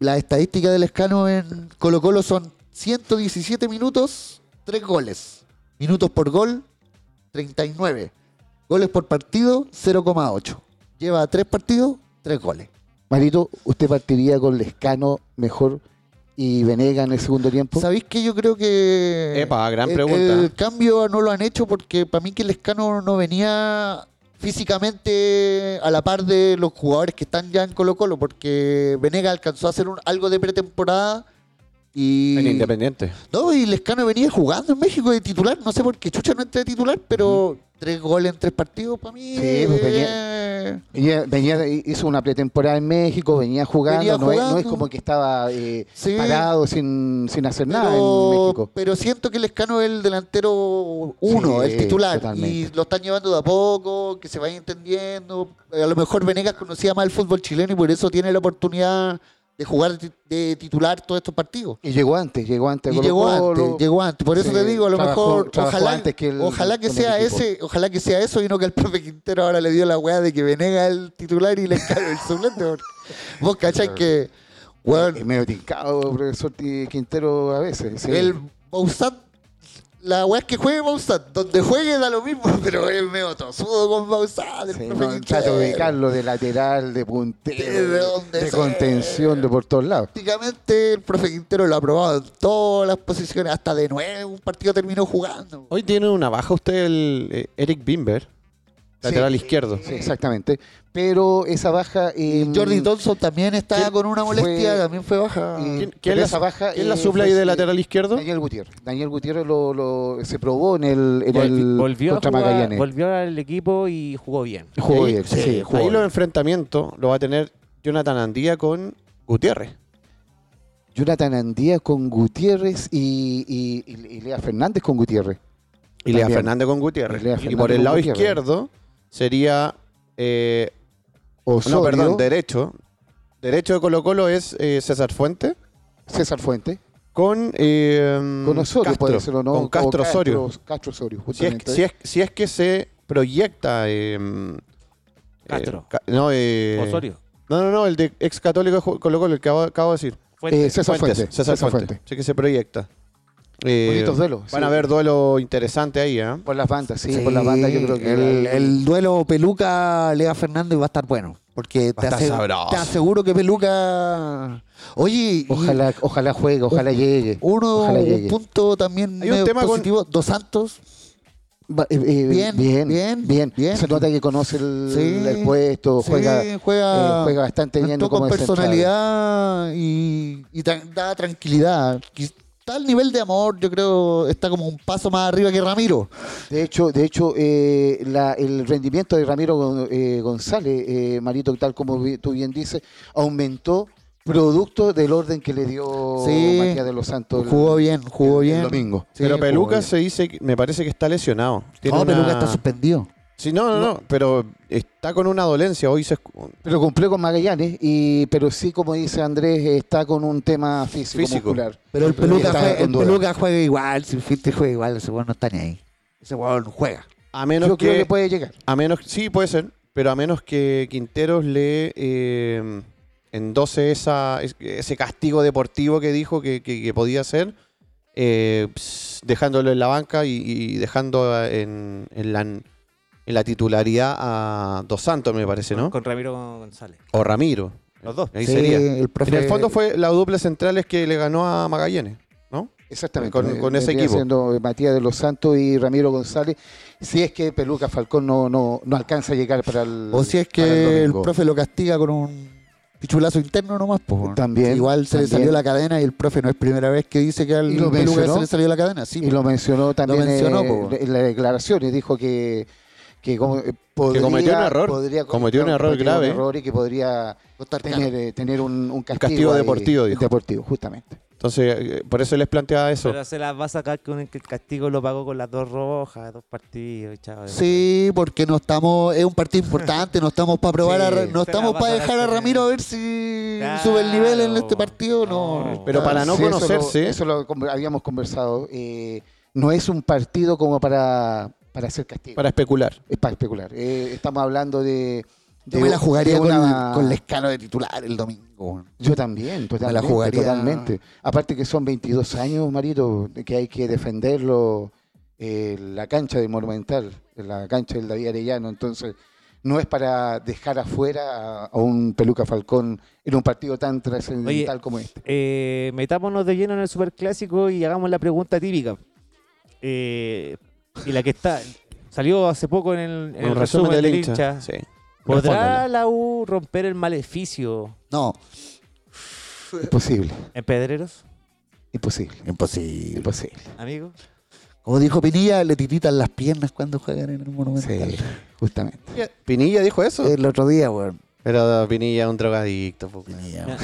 Speaker 5: Las estadísticas de Lescano en Colo Colo son 117 minutos, 3 goles. Minutos por gol, 39. Goles por partido, 0,8. Lleva tres partidos, tres goles.
Speaker 3: Marito, ¿usted partiría con Lescano mejor y Venega en el segundo tiempo?
Speaker 5: ¿Sabéis que yo creo que.
Speaker 4: Epa, gran
Speaker 5: el-
Speaker 4: pregunta.
Speaker 5: El cambio no lo han hecho porque para mí que Lescano no venía físicamente a la par de los jugadores que están ya en Colo-Colo, porque Venega alcanzó a hacer un- algo de pretemporada y.
Speaker 4: En Independiente.
Speaker 5: No, y Lescano venía jugando en México de titular. No sé por qué Chucha no entra de titular, pero tres goles en tres partidos para mí.
Speaker 3: Sí, pues venía-
Speaker 5: eh,
Speaker 3: Venía, venía- hizo una pretemporada en México, venía jugando,
Speaker 5: Venía
Speaker 3: no es- No, es,
Speaker 5: jugando.
Speaker 3: como que estaba eh,
Speaker 5: Sí.
Speaker 3: parado sin, sin hacer nada en México.
Speaker 5: pero siento que Lescano es el delantero uno,
Speaker 3: Sí,
Speaker 5: el titular.
Speaker 3: totalmente.
Speaker 5: Y lo están llevando de a poco, que se vaya entendiendo. Eh, A lo mejor Venegas conocía más el fútbol chileno y por eso tiene la oportunidad de jugar ti- de titular todos estos partidos.
Speaker 3: Y llegó antes, llegó antes. a
Speaker 5: Y llegó
Speaker 3: Colo-Colo.
Speaker 5: antes, llegó antes. Por eso
Speaker 3: Sí,
Speaker 5: te digo, a lo
Speaker 3: trabajó-
Speaker 5: mejor,
Speaker 3: trabajó
Speaker 5: ojalá,
Speaker 3: antes que el-
Speaker 5: ojalá que
Speaker 3: con el
Speaker 5: sea
Speaker 3: equipo.
Speaker 5: ese, ojalá que sea eso y no que al profe Quintero ahora le dio la weá de que Venega es el titular y le encargo el suplente. porque Vos cachai que, weón,
Speaker 3: Es medio tincado, profesor Ti- Quintero, a veces. sí.
Speaker 5: el Bausat, la weá es que juegue Bausat, donde juegue da lo mismo, pero es medio tosudo con Bausat, el
Speaker 3: Sí,
Speaker 5: profe
Speaker 3: no, trato
Speaker 5: Quintero.
Speaker 4: Eh,
Speaker 3: de ubicarlo de lateral, de
Speaker 5: De
Speaker 3: puntero, de,
Speaker 5: donde
Speaker 3: de
Speaker 5: sea.
Speaker 3: contención, de por todos lados.
Speaker 5: Prácticamente el profe Quintero lo ha probado en todas las posiciones, hasta de nuevo un partido terminó jugando.
Speaker 4: Hoy tiene una baja usted el eh, Eric Bimber, lateral izquierdo.
Speaker 3: Sí, exactamente. Pero esa baja. eh,
Speaker 5: Y Jordi Thompson también está
Speaker 3: ¿Quién
Speaker 5: con una molestia,
Speaker 3: fue-
Speaker 5: también fue baja.
Speaker 3: eh,
Speaker 4: ¿Quién, quién
Speaker 3: pero
Speaker 4: la,
Speaker 3: esa baja,
Speaker 4: quién la
Speaker 3: eh,
Speaker 4: suple ahí
Speaker 3: fue,
Speaker 4: de
Speaker 3: eh,
Speaker 4: lateral izquierdo?
Speaker 3: Daniel Gutiérrez. Daniel Gutiérrez lo, lo- se probó en el, en
Speaker 2: Volvi-
Speaker 3: el
Speaker 2: volvió, a
Speaker 3: contra
Speaker 2: jugar-
Speaker 3: Magallanes.
Speaker 2: volvió al equipo y jugó bien.
Speaker 3: Jugó
Speaker 4: Ahí-
Speaker 3: bien, sí,
Speaker 4: sí,
Speaker 3: jugó
Speaker 4: ahí
Speaker 3: bien.
Speaker 4: los enfrentamientos lo va a tener Jonathan Andía con Gutiérrez.
Speaker 3: Jonathan Andía con Gutiérrez y, y, y- y Lea Fernández con Gutiérrez.
Speaker 4: Y Lea
Speaker 3: También.
Speaker 4: Fernández con Gutiérrez.
Speaker 3: Y
Speaker 4: Y,
Speaker 3: Lea Fernández
Speaker 4: por el
Speaker 3: con
Speaker 4: lado
Speaker 3: Gutiérrez.
Speaker 4: izquierdo sería. eh,
Speaker 3: Osorio,
Speaker 4: no, perdón, derecho. Derecho de Colo-Colo es eh, César Fuente
Speaker 3: César Fuente.
Speaker 4: con. eh,
Speaker 3: Con Osorio,
Speaker 4: Castro,
Speaker 3: puede ser o no.
Speaker 4: Con
Speaker 3: o
Speaker 4: Castro Osorio.
Speaker 3: Castro, Osorio,
Speaker 4: Si es,
Speaker 3: justamente.
Speaker 4: si es- si es que se proyecta. eh, eh,
Speaker 2: Castro.
Speaker 4: Ca- no, eh,
Speaker 2: Osorio.
Speaker 4: No, no, no, el de ex católico de Ju- Colo Colo, el que acabo, acabo de decir.
Speaker 2: Fuente.
Speaker 3: Eh, César
Speaker 4: Fuentes,
Speaker 3: Fuente.
Speaker 4: César,
Speaker 3: César
Speaker 4: Fuente.
Speaker 3: Fuente.
Speaker 4: Sí que se proyecta. Eh,
Speaker 3: Bonitos duelos.
Speaker 4: Van
Speaker 3: sí.
Speaker 4: a haber duelo interesante ahí, ¿eh?
Speaker 3: Por las bandas, sí, por las bandas yo creo que.
Speaker 5: el, el duelo Peluca Lea Fernández va a estar bueno. Porque te,
Speaker 4: estar
Speaker 5: ase-
Speaker 4: sabroso.
Speaker 5: te aseguro que Peluca. Oye, y
Speaker 3: Ojalá, ojalá juegue, ojalá llegue.
Speaker 5: uno
Speaker 3: ojalá
Speaker 5: un
Speaker 3: llegue.
Speaker 5: punto también
Speaker 4: Hay un
Speaker 5: medio
Speaker 4: tema con-
Speaker 5: positivo. Dos Santos.
Speaker 3: Va- eh, eh,
Speaker 5: Bien,
Speaker 3: bien, bien,
Speaker 5: bien,
Speaker 3: bien,
Speaker 5: bien.
Speaker 3: Se nota que conoce el,
Speaker 5: Sí.
Speaker 3: el puesto,
Speaker 5: Sí,
Speaker 3: juega,
Speaker 5: juega-
Speaker 3: eh, juega bastante bien.
Speaker 5: entró
Speaker 3: no como
Speaker 5: con
Speaker 3: el central.
Speaker 5: personalidad y, y tra- da tranquilidad. Quiz- Está al nivel de amor, yo creo, está como un paso más arriba que Ramiro.
Speaker 3: De hecho, de hecho eh, la- el rendimiento de Ramiro Gon- eh, González, eh, Marito, tal como vi- tú bien dices, aumentó producto del orden que le dio
Speaker 5: Sí.
Speaker 3: Matías de los Santos. el-
Speaker 5: Jugó bien, jugó
Speaker 3: el- el
Speaker 5: bien.
Speaker 3: domingo.
Speaker 5: Sí,
Speaker 4: pero
Speaker 5: jugó
Speaker 4: Peluca
Speaker 5: bien.
Speaker 4: se dice, que- me parece que está lesionado. Tiene
Speaker 5: No,
Speaker 4: una-
Speaker 5: Peluca está suspendido.
Speaker 4: Sí, no, no, no, pero está con una dolencia. Hoy se escu-
Speaker 3: Pero cumplió con Magallanes, y, pero sí, como dice Andrés, está con un tema físico,
Speaker 4: Físico.
Speaker 3: muscular.
Speaker 5: Pero el Peluca,
Speaker 3: está
Speaker 5: juega,
Speaker 3: con
Speaker 5: el
Speaker 3: duda.
Speaker 5: Peluca juega igual, si Fuiste juega igual, ese weón no está ni ahí. Ese weón juega.
Speaker 4: a menos
Speaker 3: Yo
Speaker 4: que,
Speaker 3: creo que puede llegar.
Speaker 4: a menos sí puede ser, pero a menos que Quinteros le eh, endose esa, es- ese castigo deportivo que dijo que, que- que podía hacer, eh, ps, dejándolo en la banca y, y dejando a- en, en la, en la titularidad a Dos Santos, me parece, ¿no?
Speaker 2: Con Ramiro González.
Speaker 4: O Ramiro.
Speaker 2: Los dos.
Speaker 4: Ahí
Speaker 5: Sí,
Speaker 4: sería.
Speaker 5: el profe-
Speaker 4: En el fondo fue la dupla centrales que le ganó a Magallanes, ¿no?
Speaker 3: Exactamente. eh,
Speaker 4: Con- con ese
Speaker 3: Vendría
Speaker 4: equipo.
Speaker 3: siendo eh, Matías de los Santos y Ramiro González. Si es que Peluca Falcón no, no, no alcanza a llegar para el.
Speaker 5: O si es
Speaker 3: para
Speaker 5: que el
Speaker 3: domingo.
Speaker 5: profe lo castiga con un pichulazo interno nomás, pues. weón.
Speaker 3: También,
Speaker 5: Igual se le
Speaker 3: también.
Speaker 5: salió la cadena y el profe no es primera vez que dice que al
Speaker 3: Y lo
Speaker 5: Peluca se
Speaker 3: mencionó.
Speaker 5: le salió la cadena. Sí,
Speaker 3: Y lo mencionó también
Speaker 5: mencionó,
Speaker 3: eh,
Speaker 5: po.
Speaker 3: en las declaraciones. Dijo que. Que, como- eh, podría-
Speaker 4: cometió un error.
Speaker 3: podría
Speaker 4: Cometió un
Speaker 3: cometer-
Speaker 4: error
Speaker 3: cometer
Speaker 4: grave.
Speaker 3: error y que podría
Speaker 5: Costar caro.
Speaker 3: tener, eh, tener un, un castigo,
Speaker 4: castigo
Speaker 3: ahí,
Speaker 4: deportivo, dijo.
Speaker 3: deportivo, justamente.
Speaker 4: Entonces, eh, por eso les planteaba eso.
Speaker 2: Pero eh, se las va a sacar con el que el castigo lo pagó con las dos rojas, dos partidos, y chao.
Speaker 5: Sí, porque no estamos, es un partido importante, no estamos para probar,
Speaker 2: Sí,
Speaker 5: a Ra- no
Speaker 2: te
Speaker 5: estamos
Speaker 2: la vas
Speaker 5: para
Speaker 2: a
Speaker 5: dejar a
Speaker 2: gastar.
Speaker 5: Ramiro a ver si
Speaker 2: Claro,
Speaker 5: sube el nivel en este partido, no.
Speaker 2: no.
Speaker 4: Pero para no
Speaker 3: Ah, Sí, eso lo-
Speaker 4: conocerse-
Speaker 3: Eso lo, con- habíamos conversado. eh, no es un partido como para, para hacer castigo.
Speaker 4: Para especular.
Speaker 3: Es para especular. Eh, estamos hablando de. de
Speaker 5: yo me la jugaría
Speaker 3: de
Speaker 5: con,
Speaker 3: una-
Speaker 5: con Lescano de titular el domingo.
Speaker 3: Yo también, totalmente.
Speaker 5: la jugaría-
Speaker 3: totalmente. Aparte que son 22 años, Marito, que hay que defenderlo. eh, la cancha del Monumental, la cancha del David Arellano. Entonces, no es para dejar afuera a, a un Peluca Falcón en un partido tan trascendental
Speaker 2: Oye,
Speaker 3: como este.
Speaker 2: Eh, metámonos de lleno en el superclásico y hagamos la pregunta típica. Eh, y la que está salió hace poco en el, en el resumen del hincha.
Speaker 4: Sí.
Speaker 2: ¿Podrá
Speaker 4: Respóndelo.
Speaker 2: la U romper el maleficio
Speaker 5: No,
Speaker 3: Imposible,
Speaker 2: en Pedreros,
Speaker 3: imposible,
Speaker 5: imposible.
Speaker 3: imposible.
Speaker 2: amigo?
Speaker 5: Como dijo Pinilla, le tititan las piernas cuando juegan en el Monumental.
Speaker 3: Sí, justamente.
Speaker 4: ¿Pinilla dijo eso?
Speaker 5: El otro día, weón.
Speaker 4: Era Pinilla un drogadicto. po.
Speaker 5: Pinilla,
Speaker 4: No.
Speaker 5: weón.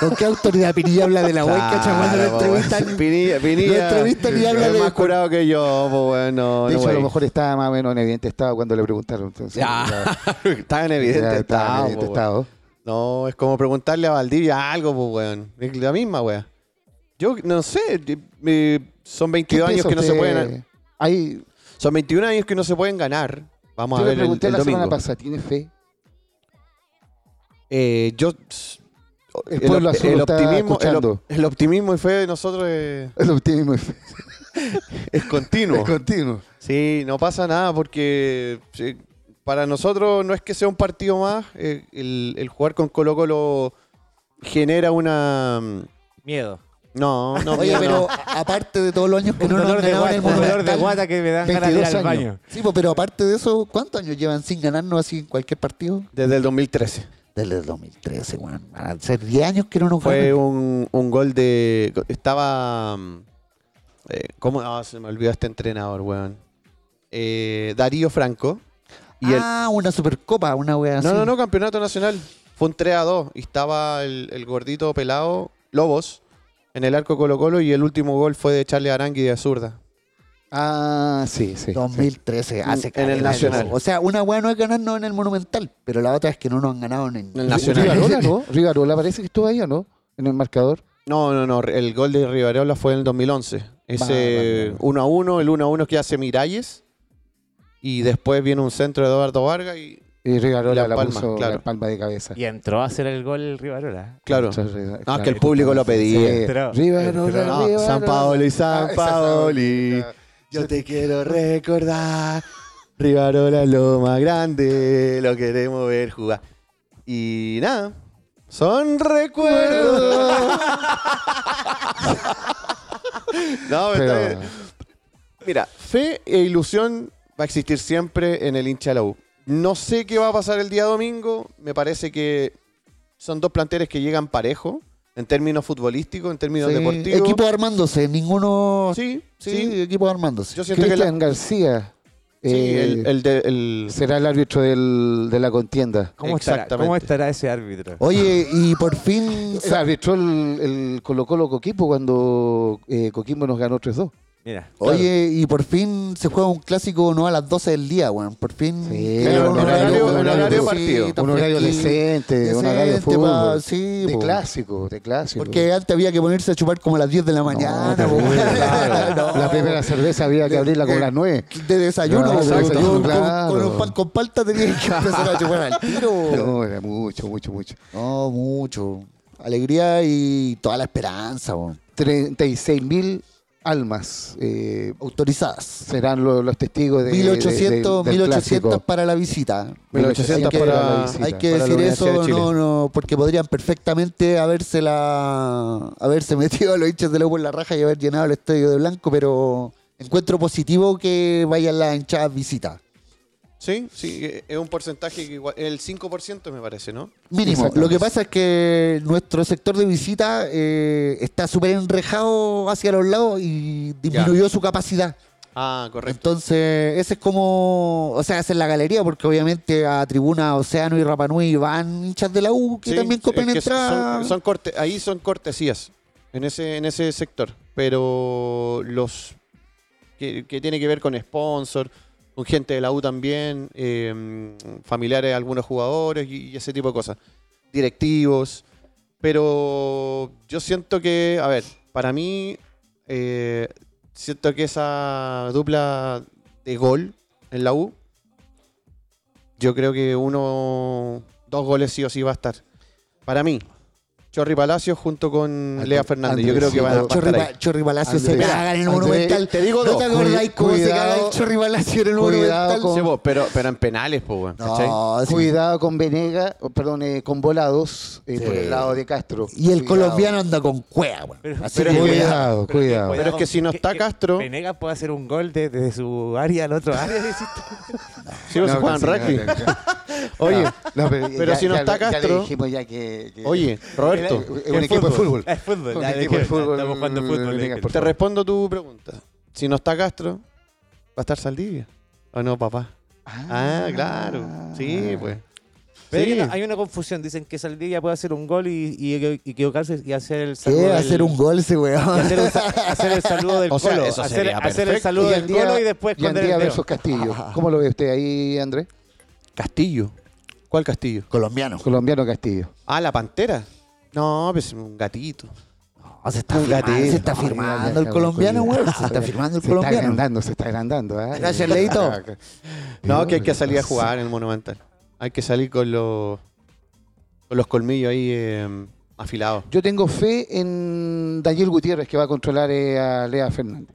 Speaker 5: ¿Con qué autoridad Pinilla habla de la
Speaker 4: Claro,
Speaker 5: hueca, chaval?
Speaker 4: po,
Speaker 5: Cuando lo entrevistan,
Speaker 4: weón. Pinilla, Pinilla.
Speaker 5: lo entrevistan y habla
Speaker 4: es
Speaker 5: de-
Speaker 4: más curado que yo, pues bueno.
Speaker 3: De
Speaker 4: no
Speaker 3: hecho, a lo
Speaker 4: way.
Speaker 3: mejor estaba más o menos en evidente estado cuando le preguntaron. Entonces,
Speaker 4: Ya. Está en evidente
Speaker 3: ya estaba en
Speaker 4: estado,
Speaker 3: evidente
Speaker 4: po, weón.
Speaker 3: estado.
Speaker 4: No, es como preguntarle a Valdivia algo, pues weón. Es la misma, weón. Yo no sé, eh, son
Speaker 3: ¿Qué
Speaker 4: 22 años
Speaker 3: piensa
Speaker 4: que no se
Speaker 3: usted?
Speaker 4: pueden
Speaker 3: Ahí,
Speaker 4: son 21 años que no se pueden ganar. Vamos
Speaker 3: yo
Speaker 4: a
Speaker 3: le
Speaker 4: ver el,
Speaker 3: pregunté
Speaker 4: el
Speaker 3: la semana
Speaker 4: domingo.
Speaker 3: pasada, ¿tiene fe?
Speaker 4: Eh, yo
Speaker 3: El pueblo
Speaker 4: op-
Speaker 3: azul lo está
Speaker 4: optimismo, el, op-
Speaker 3: escuchando.
Speaker 4: el optimismo y fe de nosotros es,
Speaker 3: El optimismo es,
Speaker 4: es continuo.
Speaker 3: es continuo.
Speaker 4: Sí, no pasa nada porque sí, para nosotros no es que sea un partido más. eh, el, el jugar con Colo Colo genera una... mm,
Speaker 2: Miedo.
Speaker 4: No, no,
Speaker 5: Oye,
Speaker 4: no.
Speaker 5: pero aparte de todos los años que
Speaker 2: Un
Speaker 5: no nos
Speaker 2: dolor,
Speaker 5: han
Speaker 2: de
Speaker 5: ganado en
Speaker 2: guata,
Speaker 5: el
Speaker 2: un dolor de
Speaker 5: Monumental.
Speaker 2: guata que me dan ganas de ir
Speaker 3: 22
Speaker 2: al
Speaker 3: años.
Speaker 2: baño.
Speaker 5: Sí, po, pero aparte de eso, ¿cuántos años llevan sin ganarnos así en cualquier partido?
Speaker 4: Desde el 2013.
Speaker 5: Desde el 2013, weón. Van a ser 10 años que no nos
Speaker 4: Fue
Speaker 5: ganan.
Speaker 4: un, un gol de. Estaba. mm, eh, ¿Cómo? Ah, se me olvidó este entrenador, weón. Eh, Darío Franco. Y el,
Speaker 5: Ah, una supercopa, una wea así.
Speaker 4: no, no, no, campeonato nacional. Fue un 3 a 2. Y estaba el, el gordito pelado, Lobos, en el arco Colo-Colo. Y el último gol fue de Charles Arangui de zurda.
Speaker 3: Ah, sí, sí.
Speaker 5: 2013, hace
Speaker 4: En
Speaker 5: caleta
Speaker 4: el
Speaker 5: de
Speaker 4: Nacional.
Speaker 5: tiempo. O sea, una wea no es ganarnos en el Monumental, pero la otra es que no nos han ganado en
Speaker 4: En el
Speaker 3: Ri-
Speaker 4: Nacional.
Speaker 3: Rivarola, ¿no? Rivarola parece que estuvo ahí, ¿o no? En el marcador.
Speaker 4: No, no, no. El gol de Rivarola fue en el 2011. Ese
Speaker 3: Vale, vale, vale.
Speaker 4: 1 a 1, el 1 a 1 que hace Miralles. Y después viene un centro de Eduardo Vargas y.
Speaker 3: Y Rivarola
Speaker 4: La
Speaker 3: Eh, la,
Speaker 4: palma,
Speaker 3: puso
Speaker 4: claro.
Speaker 3: la palma de cabeza.
Speaker 2: Y entró a hacer el gol el Rivarola.
Speaker 4: Claro.
Speaker 3: Entonces, eh, Riva-
Speaker 4: Ah,
Speaker 3: claro.
Speaker 4: que el público lo pedía.
Speaker 3: Sí.
Speaker 2: Entró,
Speaker 3: Rivarola,
Speaker 2: entró.
Speaker 4: No,
Speaker 3: Rivarola.
Speaker 4: San Paoli, San
Speaker 3: Ah, esa
Speaker 4: Paoli.
Speaker 3: Paoli.
Speaker 4: Yo te quiero recordar. Rivarola es lo más grande. Lo queremos ver jugar. Y nada. Son recuerdos. no, pero está
Speaker 3: Pero,
Speaker 4: bien. Mira, fe e ilusión va a existir siempre en el hincha de la U. No sé qué va a pasar el día domingo. Me parece que son dos planteles que llegan parejo en términos futbolísticos, en términos
Speaker 5: Sí,
Speaker 4: deportivos.
Speaker 5: Equipo armándose, ninguno. Sí,
Speaker 4: Sí, sí.
Speaker 5: equipo armándose.
Speaker 4: Yo siento que la-
Speaker 3: Cristian García
Speaker 4: sí,
Speaker 3: eh,
Speaker 4: el, el de- el-
Speaker 3: será el árbitro del- de la contienda.
Speaker 2: ¿Cómo estará,
Speaker 4: Exactamente.
Speaker 2: ¿Cómo estará ese árbitro?
Speaker 5: Oye, y por fin.
Speaker 3: Se arbitró el, el Colo Colo Coquimbo cuando eh, Coquimbo nos ganó 3-2.
Speaker 2: Mira.
Speaker 5: Oye, y por fin se juega un clásico no a las 12 del día, weón. Por fin.
Speaker 3: Sí,
Speaker 5: Claro,
Speaker 4: un horario- un horario partido.
Speaker 5: sí, tan
Speaker 3: Un horario
Speaker 5: fresquito,
Speaker 3: decente, un horario de
Speaker 5: decente,
Speaker 3: fútbol.
Speaker 5: pa- sí,
Speaker 3: de
Speaker 5: po.
Speaker 3: clásico, de clásico.
Speaker 5: Porque antes había que ponerse a chupar como a las 10 de la mañana.
Speaker 3: No,
Speaker 5: po.
Speaker 3: claro.
Speaker 5: No.
Speaker 3: La primera cerveza había que abrirla con las 9.
Speaker 5: De desayuno,
Speaker 3: Claro,
Speaker 5: po.
Speaker 3: de desayuno,
Speaker 5: Con- con-
Speaker 3: claro.
Speaker 5: con, un pan con palta tenías que empezar a chupar al tiro.
Speaker 3: No, era mucho, mucho, mucho.
Speaker 5: No, mucho. Alegría y toda la esperanza, weón.
Speaker 3: 36.000 almas eh,
Speaker 5: Autorizadas.
Speaker 3: serán lo- los testigos de.
Speaker 5: 1800,
Speaker 3: de- de- del
Speaker 5: 1800
Speaker 3: clásico.
Speaker 5: para la visita.
Speaker 4: 1800
Speaker 5: Así que
Speaker 4: para-
Speaker 5: Hay que
Speaker 4: para la
Speaker 5: decir
Speaker 4: Universidad de
Speaker 5: eso,
Speaker 4: Chile.
Speaker 5: no, no, porque podrían perfectamente habérsela, haberse metido a los hinchas de Lobo en la raja y haber llenado el estadio de blanco, pero encuentro positivo que vayan las hinchadas visita.
Speaker 4: sí, sí, eh, es un porcentaje que igual, el 5% me parece, ¿no?
Speaker 5: Mínimo.
Speaker 3: Exactamente.
Speaker 5: Lo que pasa es que nuestro sector de visita eh, está súper enrejado hacia los lados y disminuyó su capacidad.
Speaker 4: Ah, correcto.
Speaker 5: Entonces, ese es como, o sea, esa es la galería, porque obviamente a Tribuna Océano y Rapanui van hinchas de la U que
Speaker 4: Sí,
Speaker 5: también compran
Speaker 4: es que Son,
Speaker 5: entradas.
Speaker 4: son corte- ahí son cortesías en ese, en ese sector. Pero los que, que tiene que ver con sponsor, con gente de la U también, eh, familiares de algunos jugadores y, y ese tipo de cosas. Directivos. Pero yo siento que, a ver, para mí, eh, siento que esa dupla de gol en la U, yo creo que uno, dos goles sí o sí va a estar. Para mí. Chorri Palacio junto con Lea Fernández. Yo
Speaker 3: Andrés,
Speaker 4: creo que
Speaker 3: sí,
Speaker 4: van a-
Speaker 3: no,
Speaker 4: van a
Speaker 5: Chorri,
Speaker 4: estar ahí.
Speaker 5: Pa- Chorri Palacio se
Speaker 3: Andrés.
Speaker 5: caga en el
Speaker 3: Andrés,
Speaker 5: Monumental.
Speaker 4: te digo
Speaker 5: ¿No
Speaker 4: dos.
Speaker 5: te acordáis cómo se
Speaker 3: Cuidado.
Speaker 5: caga el Chorri Palacio en el
Speaker 3: Cuidado
Speaker 5: Monumental?
Speaker 3: con-
Speaker 4: Sí, po, pero, pero en penales, pues, weón. ¿cachai?
Speaker 5: No, sí.
Speaker 3: Cuidado con Venega, o, perdón, eh, con Volados eh, por el lado de Castro.
Speaker 5: Y el
Speaker 3: Cuidado.
Speaker 5: colombiano anda con cueva, weón. Así
Speaker 2: pero-
Speaker 5: que cuidado.
Speaker 3: Cuidado, cuidado.
Speaker 4: Pero es que si no está Castro-
Speaker 2: Venegas puede hacer un gol de- desde su área al otro área. decís tú.
Speaker 4: Sí, pues, se juegan
Speaker 3: sí,
Speaker 4: rugby.
Speaker 3: no, no,
Speaker 4: Oye,
Speaker 3: no,
Speaker 4: Pero si no está
Speaker 3: ya le
Speaker 4: Castro-
Speaker 3: dijimos ya que- que-
Speaker 4: Oye, Roberto,
Speaker 3: Era- Es un equipo de fútbol.
Speaker 2: Es fútbol.
Speaker 3: Un
Speaker 2: ya,
Speaker 3: equipo de
Speaker 2: dejé,
Speaker 3: fútbol,
Speaker 2: Estamos jugando
Speaker 3: mm,
Speaker 2: fútbol.
Speaker 3: Venegas,
Speaker 2: dejé.
Speaker 3: por
Speaker 4: te respondo tu pregunta. Si no está Castro, va a estar Saldivia. ¿O no, papá? Ah, claro. Sí, pues.
Speaker 2: Pero
Speaker 4: Sí.
Speaker 2: hay, una, hay una confusión. Dicen que Saldivia puede hacer un gol y, y- y equivocarse y hacer el
Speaker 5: ¿Qué?
Speaker 2: del-
Speaker 5: Hacer un gol ese
Speaker 2: y
Speaker 5: weón.
Speaker 2: hacer, un sa- hacer el saludo del
Speaker 4: O sea,
Speaker 2: colo.
Speaker 4: eso
Speaker 2: hacer,
Speaker 4: sería
Speaker 2: hacer el
Speaker 4: perfecto.
Speaker 2: saludo del
Speaker 3: Yandía-
Speaker 2: colo y después Ah, esconder el
Speaker 3: Yandía
Speaker 2: dedo.
Speaker 3: versus Castillo. ¿Cómo lo ve usted ahí, Andrés?
Speaker 4: Castillo. ¿Cuál Castillo?
Speaker 5: Colombiano.
Speaker 3: Colombiano Castillo.
Speaker 4: Ah, la pantera. No, pues un gatito.
Speaker 5: No, Ah, se
Speaker 3: Ah,
Speaker 5: está firmando,
Speaker 4: gatito.
Speaker 5: se está firmando el colombiano, weón. Se está firmando el
Speaker 3: Se está
Speaker 5: colombiano.
Speaker 3: agrandando, se está agrandando. ¿eh?
Speaker 5: Gracias, Leito.
Speaker 4: No, que hay que salir a jugar en el Monumental. Hay que salir con los, con los colmillos ahí eh, afilados.
Speaker 3: Yo tengo fe en Daniel Gutiérrez, que va a controlar eh, a Lea Fernández.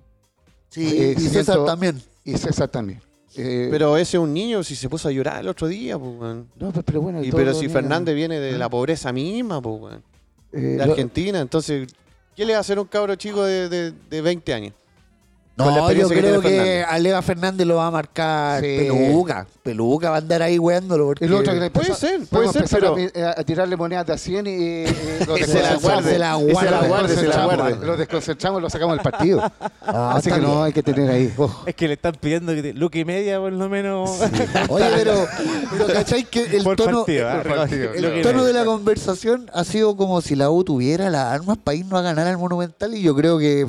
Speaker 5: Sí,
Speaker 3: Eh,
Speaker 5: y César
Speaker 3: siento-
Speaker 5: también.
Speaker 3: Y César también. Eh,
Speaker 4: Pero ese es un niño, si se puso a llorar el otro día, pues, weón.
Speaker 3: no, pero, pero bueno,
Speaker 4: Y
Speaker 3: todo
Speaker 4: pero
Speaker 3: lo
Speaker 4: si
Speaker 3: niegan.
Speaker 4: Fernández viene de la pobreza misma, pues, weón.
Speaker 3: Eh,
Speaker 4: de
Speaker 3: lo-
Speaker 4: Argentina. Entonces, ¿qué le va a hacer un cabro chico de, de- de 20 años? Con la
Speaker 5: No, yo
Speaker 4: experiencia que
Speaker 5: creo
Speaker 4: tiene
Speaker 5: que
Speaker 4: Fernández.
Speaker 5: a Leva Fernández lo va a marcar
Speaker 3: Sí.
Speaker 5: Peluca. Peluca va a andar ahí weándolo. Porque
Speaker 3: El otro que
Speaker 4: Puede
Speaker 3: empezó-
Speaker 4: ser, puede
Speaker 3: podemos
Speaker 4: ser,
Speaker 3: empezar
Speaker 4: pero-
Speaker 3: a pi- a, a tirarle monedas de a 100 y, eh, eh, lo
Speaker 4: Que
Speaker 5: se la
Speaker 3: desconcentramos.
Speaker 5: guarde, se la guarde,
Speaker 3: Lo
Speaker 5: se la guarde, se la
Speaker 3: desconcentramos,
Speaker 5: guarde.
Speaker 3: Lo desconcentramos y lo sacamos del partido.
Speaker 5: Ah,
Speaker 3: Así
Speaker 5: está
Speaker 3: que no,
Speaker 5: bien.
Speaker 3: hay que tener ahí. ojo.
Speaker 2: Es que le están pidiendo que te- Luca y media, por lo menos.
Speaker 5: Oye, pero, pero ¿cachai que el
Speaker 2: por
Speaker 5: tono,
Speaker 2: partido. ¿eh?
Speaker 3: por partido,
Speaker 2: Luca y
Speaker 3: claro.
Speaker 5: el
Speaker 2: media.
Speaker 5: tono de la conversación ha sido como si la U tuviera las armas para irnos a ganar al Monumental? Y yo creo que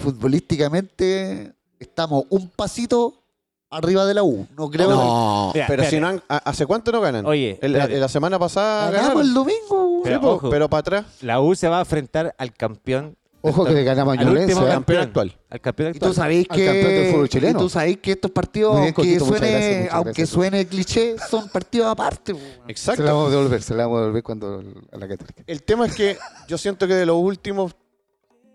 Speaker 5: futbolísticamente estamos un pasito arriba de la U. No creo
Speaker 4: No,
Speaker 2: Mira,
Speaker 4: pero
Speaker 2: espérate.
Speaker 4: si no han- a- ¿Hace cuánto no ganan?
Speaker 2: Oye,
Speaker 4: El- la,
Speaker 2: espérate.
Speaker 4: la semana pasada
Speaker 5: que ganamos
Speaker 4: ganaron.
Speaker 5: el domingo.
Speaker 4: Sí,
Speaker 2: Pero
Speaker 4: po,
Speaker 2: ojo.
Speaker 4: pero para atrás.
Speaker 2: La U se va a enfrentar al campeón.
Speaker 3: Ojo que le ganamos a
Speaker 2: Al último
Speaker 3: Ñublense. ¿eh?
Speaker 4: campeón
Speaker 2: campeón
Speaker 4: actual.
Speaker 2: Al campeón
Speaker 5: Y
Speaker 2: actual.
Speaker 5: tú sabéis
Speaker 3: Al campeón del
Speaker 5: que
Speaker 3: fútbol chileno.
Speaker 5: y tú sabéis que estos partidos,
Speaker 3: Muy bien,
Speaker 5: aunque,
Speaker 3: Coquito, muchas
Speaker 5: suene,
Speaker 3: gracias, muchas
Speaker 5: aunque
Speaker 3: gracias.
Speaker 5: suene cliché, son partidos aparte. po.
Speaker 3: Se la
Speaker 4: Exacto.
Speaker 3: vamos a devolver, se la vamos a devolver cuando a la Católica.
Speaker 4: El tema es que yo siento que de los últimos,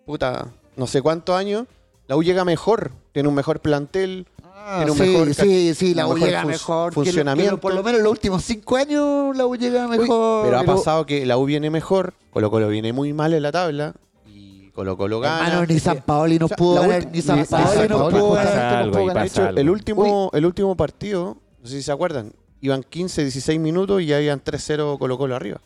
Speaker 4: puta, no sé cuántos años, la U llega mejor. Tiene un mejor plantel. Ah, tiene un
Speaker 5: Ah, sí,
Speaker 4: mejor ca-
Speaker 5: sí, sí, la
Speaker 4: un
Speaker 5: U
Speaker 4: mejor
Speaker 5: llega
Speaker 4: fun-
Speaker 5: mejor. que lo- que lo-
Speaker 4: funcionamiento.
Speaker 5: por lo menos en los últimos cinco años la U llega mejor.
Speaker 4: Pero ha pasado que la U viene mejor, Colo Colo viene muy mal en la tabla y Colo Colo gana.
Speaker 5: Hermano, Ah, ni San Paoli nos
Speaker 4: O sea,
Speaker 5: pudo
Speaker 4: la
Speaker 5: ganar,
Speaker 4: ulti-
Speaker 5: ni San
Speaker 3: ni-
Speaker 5: Paoli
Speaker 3: San
Speaker 5: nos
Speaker 3: Paoli
Speaker 5: pudo
Speaker 3: pasa
Speaker 5: ganar.
Speaker 2: Pasa
Speaker 3: no
Speaker 2: algo
Speaker 3: puedo
Speaker 2: y
Speaker 3: ganar.
Speaker 4: De hecho,
Speaker 2: pasa algo.
Speaker 4: el último, el último partido, no sé si se acuerdan, iban 15, 16 minutos y ya habían 3-0 Colo Colo arriba.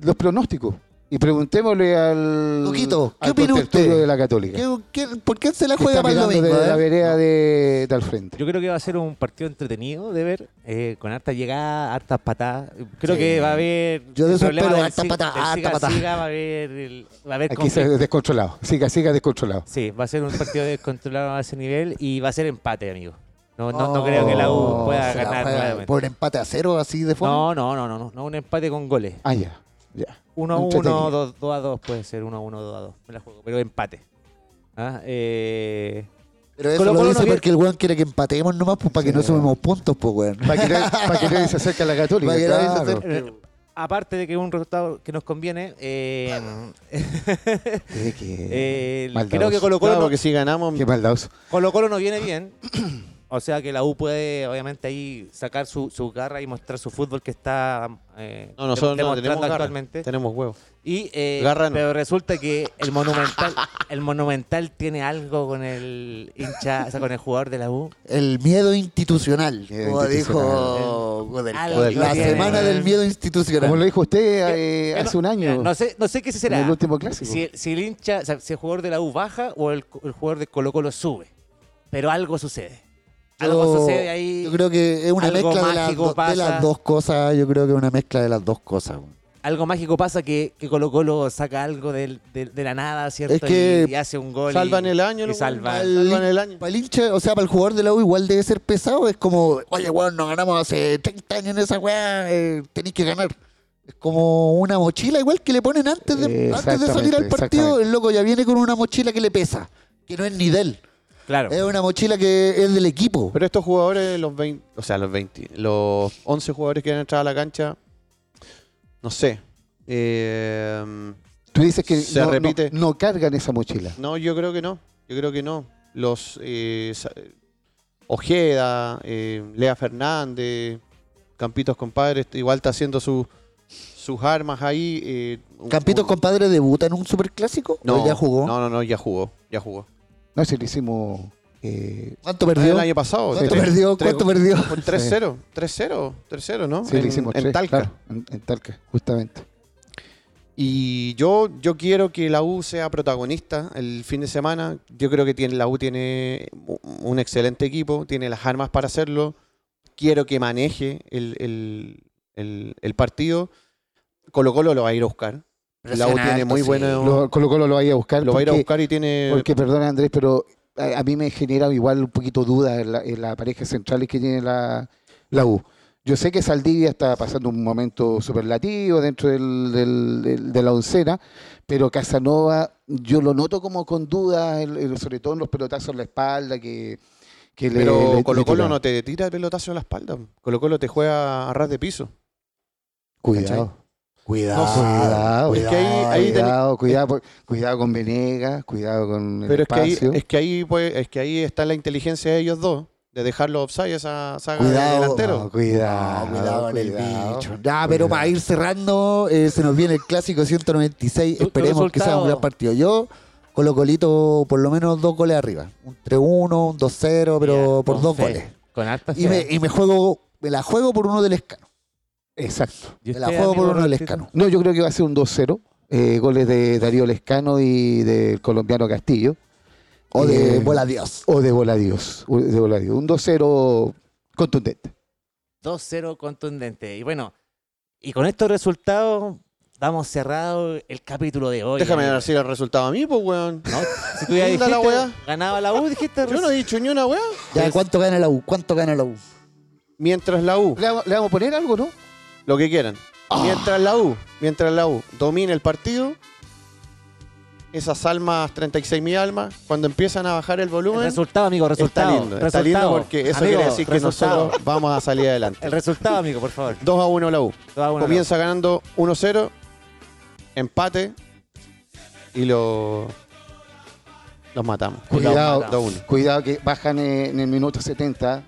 Speaker 3: Los pronósticos. Y preguntémosle al.
Speaker 5: Luquito, ¿qué
Speaker 3: al
Speaker 5: opina
Speaker 3: contertulio
Speaker 5: usted?
Speaker 3: de la Católica.
Speaker 5: ¿Qué- qué- por qué se la
Speaker 3: que
Speaker 5: juega
Speaker 3: está
Speaker 5: para el
Speaker 3: mirando
Speaker 5: domingo?
Speaker 3: desde
Speaker 5: eh?
Speaker 3: la vereda de, de al frente.
Speaker 2: Yo creo que va a ser un partido entretenido de ver, eh, con harta llegada, hartas patadas. Creo que va a haber.
Speaker 5: Yo de eso
Speaker 2: problema
Speaker 5: espero,
Speaker 2: del
Speaker 5: harta
Speaker 2: si-
Speaker 5: patada,
Speaker 2: del
Speaker 5: harta
Speaker 2: siga,
Speaker 5: patada.
Speaker 2: siga, va a haber. el- va a haber
Speaker 3: Aquí se
Speaker 2: conflicto.
Speaker 3: descontrolado. Siga, siga descontrolado.
Speaker 2: Sí, va a ser un partido descontrolado a ese nivel y va a ser empate, amigo. No, no, no
Speaker 5: Oh,
Speaker 2: creo que la U pueda
Speaker 5: se la
Speaker 2: ganar
Speaker 5: juega
Speaker 2: nuevamente.
Speaker 5: Por empate a cero, así de
Speaker 2: No,
Speaker 5: fondo.
Speaker 2: no, no, no, no, no, un empate con goles.
Speaker 3: Ah, ya. ya.
Speaker 2: 1 a 1,
Speaker 3: Entretenido.
Speaker 2: 2, a 2, puede ser 1 a 1, 2 a 2. Me la juego, pero empate. Ah, eh,
Speaker 5: Pero eso
Speaker 2: Colo
Speaker 5: lo
Speaker 2: Colo
Speaker 5: dice
Speaker 2: no
Speaker 5: porque el weón quiere que empatemos nomás pues, para que no sumemos puntos, pues weón.
Speaker 3: Para que, nadie- para que nadie se acerque a la Católica.
Speaker 5: Para que nadie se
Speaker 3: claro.
Speaker 5: acerque.
Speaker 2: eh, aparte de que es un resultado que nos conviene, eh,
Speaker 3: Eh, qué
Speaker 2: eh,
Speaker 3: maldadoso.
Speaker 2: creo que Colo Colo,
Speaker 4: Claro,
Speaker 2: no,
Speaker 4: porque si ganamos,
Speaker 3: Qué maldadoso.
Speaker 2: Colo Colo no viene bien. O sea que la U puede, obviamente, ahí sacar su, su garra y mostrar su fútbol que está eh,
Speaker 4: no, nosotros no
Speaker 2: demostrando
Speaker 4: tenemos garra,
Speaker 2: actualmente.
Speaker 4: tenemos huevos.
Speaker 2: Y, eh,
Speaker 4: Garra no.
Speaker 2: Pero resulta que el Monumental el monumental tiene algo con el hincha, o sea, con el jugador de la U.
Speaker 5: El miedo institucional,
Speaker 3: Miedo
Speaker 5: como
Speaker 3: institucional.
Speaker 5: dijo Godelka.
Speaker 2: Algo
Speaker 5: La
Speaker 2: tiene.
Speaker 5: semana del miedo institucional.
Speaker 3: Como lo dijo usted eh,
Speaker 2: Eh,
Speaker 3: hace
Speaker 2: no-
Speaker 3: un año.
Speaker 2: No sé, no sé qué será.
Speaker 3: En el último clásico.
Speaker 2: Si, si el hincha, o sea, si el jugador de la U baja o el, el jugador de Colo Colo sube. Pero algo sucede. Algo
Speaker 5: Yo-
Speaker 2: sucede ahí.
Speaker 5: Yo creo que es una
Speaker 2: Algo
Speaker 5: mezcla de las,
Speaker 2: mágico
Speaker 5: do- de
Speaker 2: pasa.
Speaker 5: las dos cosas. Yo creo que es una mezcla de las dos cosas. weón.
Speaker 2: Algo mágico pasa que, que Colo Colo saca algo del- del- de, la nada, ¿cierto?
Speaker 5: Es que
Speaker 2: y, y hace un gol. y-
Speaker 4: Salvan el año,
Speaker 2: y
Speaker 4: los
Speaker 2: salvan.
Speaker 4: weones, salvan el año.
Speaker 5: Para el hincha, o sea, para el jugador de la U igual debe ser pesado. Es como, oye, weón, nos ganamos hace 30 años en esa weá, eh, tenéis que ganar. Es como una mochila igual que le ponen antes de, antes de salir al
Speaker 3: Exactamente,
Speaker 5: partido.
Speaker 3: exactamente.
Speaker 5: El loco ya viene con una mochila que le pesa, que no es ni de él.
Speaker 2: Claro.
Speaker 5: Es una mochila que es del equipo.
Speaker 4: Pero estos jugadores, los 20, o sea, los 20, los 11 jugadores que han entrado a la cancha, no sé. eh,
Speaker 3: Tú dices que
Speaker 4: Se
Speaker 3: no, no-
Speaker 4: repite.
Speaker 3: no cargan esa mochila.
Speaker 4: No, yo creo que no. Yo creo que no. Los eh, Sa- Ojeda, eh, Lea Fernández, Campitos Compadres, igual está haciendo su- sus armas ahí. eh, un-
Speaker 5: ¿Campitos
Speaker 4: un-
Speaker 5: compadre debuta en un superclásico?
Speaker 4: No,
Speaker 5: ¿O ya jugó?
Speaker 4: No, no, no, ya jugó. Ya jugó.
Speaker 3: No, si le hicimos. eh,
Speaker 5: ¿Cuánto
Speaker 4: El
Speaker 5: perdió?
Speaker 4: año pasado.
Speaker 5: ¿Cuánto
Speaker 4: tres-
Speaker 5: perdió?
Speaker 4: tres-
Speaker 5: ¿Cuánto perdió?
Speaker 4: por 3-0, 3-0, 3-0, ¿no?
Speaker 3: sí,
Speaker 4: en,
Speaker 3: le hicimos
Speaker 4: en
Speaker 3: tres,
Speaker 4: Talca.
Speaker 3: claro, en, en Talca, justamente.
Speaker 4: Y yo, yo quiero que la U sea protagonista el fin de semana. Yo creo que tiene, la U tiene u- un excelente equipo, tiene las armas para hacerlo. Quiero que maneje el, el- el- el partido. Colo Colo lo va a ir a buscar. La U tiene muy bueno.
Speaker 3: Lo- Colo Colo lo va a ir a buscar.
Speaker 4: Lo va a ir a
Speaker 3: porque-
Speaker 4: buscar eh, y tiene.
Speaker 3: Porque, perdona Andrés, pero a, a mí me genera igual un poquito duda en la, en la pareja central que tiene la, la U. Yo sé que Saldivia está pasando un momento superlativo dentro del- del- del- de la oncena, pero Casanova yo lo noto como con dudas, el- el- sobre todo en los pelotazos en la espalda que, que le- le...
Speaker 4: pero
Speaker 3: le
Speaker 4: Colo Colo
Speaker 3: tira.
Speaker 4: no te tira el pelotazo en la espalda. Colo Colo te juega a ras de piso.
Speaker 3: Cuidado.
Speaker 4: ¿cachai?
Speaker 5: Cuidado.
Speaker 4: No,
Speaker 3: Cuidado,
Speaker 4: Es que ahí- ahí teni-
Speaker 3: cuidado, cuidado, por- cuidado con Venegas, cuidado con el
Speaker 4: Pero es que, ahí,
Speaker 3: espacio.
Speaker 4: es, que ahí, pues, es que ahí está la inteligencia de ellos dos, de dejar los offsides a saga de
Speaker 5: Cuidado,
Speaker 4: delantero.
Speaker 3: No, cuidado,
Speaker 5: No, cuidado en el bicho. Ya,
Speaker 3: cuidado.
Speaker 5: pero para ir cerrando, eh, se nos viene el clásico 196.
Speaker 2: Tu- tu
Speaker 5: Esperemos que sea un
Speaker 2: resultado.
Speaker 5: gran partido. Yo colo colito por lo menos dos goles arriba. Un 3-1, un 2-0, pero
Speaker 2: Ya,
Speaker 5: por
Speaker 2: con
Speaker 5: dos
Speaker 2: fe,
Speaker 5: goles.
Speaker 2: Con harta
Speaker 5: Y me,
Speaker 2: fe.
Speaker 5: y me juego, me la juego por uno del escano.
Speaker 3: Exacto.
Speaker 2: ¿Y
Speaker 5: Me la
Speaker 2: usted,
Speaker 5: juego por
Speaker 2: amigo
Speaker 5: uno del
Speaker 2: Robertito?
Speaker 5: escano.
Speaker 3: No, yo creo que va a ser un 2-0. eh, goles de Darío Lescano y del colombiano Castillo.
Speaker 5: O de
Speaker 3: Eh,
Speaker 5: bola Dios.
Speaker 3: O de Voladios. o De Voladios. Un 2-0 contundente.
Speaker 2: 2-0 contundente. Y bueno, y con estos resultados damos cerrado el capítulo de hoy.
Speaker 4: Déjame
Speaker 2: amigo.
Speaker 4: decir el resultado a mí, pues, weón.
Speaker 2: ¿No? Si tú ya
Speaker 4: ¿Qué onda
Speaker 2: dijiste,
Speaker 4: la weá?
Speaker 2: ganaba la U, dijiste.
Speaker 4: Yo no he dicho ni una weá.
Speaker 5: Ya, ¿cuánto gana la U? ¿Cuánto gana la U?
Speaker 4: Mientras la U,
Speaker 3: Le, vamos- le vamos a poner algo, ¿no?
Speaker 4: lo que quieran.
Speaker 3: Ah.
Speaker 4: Mientras la U, mientras la U domine el partido, esas almas, 36 mil almas, cuando empiezan a bajar el
Speaker 2: El
Speaker 4: volumen,
Speaker 2: resultado, amigo, resultado.
Speaker 4: eh. está lindo. Está
Speaker 2: resultado.
Speaker 4: lindo porque eso
Speaker 2: Amigo,
Speaker 4: quiere decir que
Speaker 2: resultado.
Speaker 4: nosotros vamos a salir adelante.
Speaker 2: El resultado, amigo, por favor.
Speaker 4: 2 a 1 la U.
Speaker 2: Dos a uno,
Speaker 4: Comienza ganando 1-0, empate y lo, los matamos.
Speaker 3: Cuidado,
Speaker 2: mata.
Speaker 4: 2-1.
Speaker 3: Cuidado que bajan eh, en el minuto 70.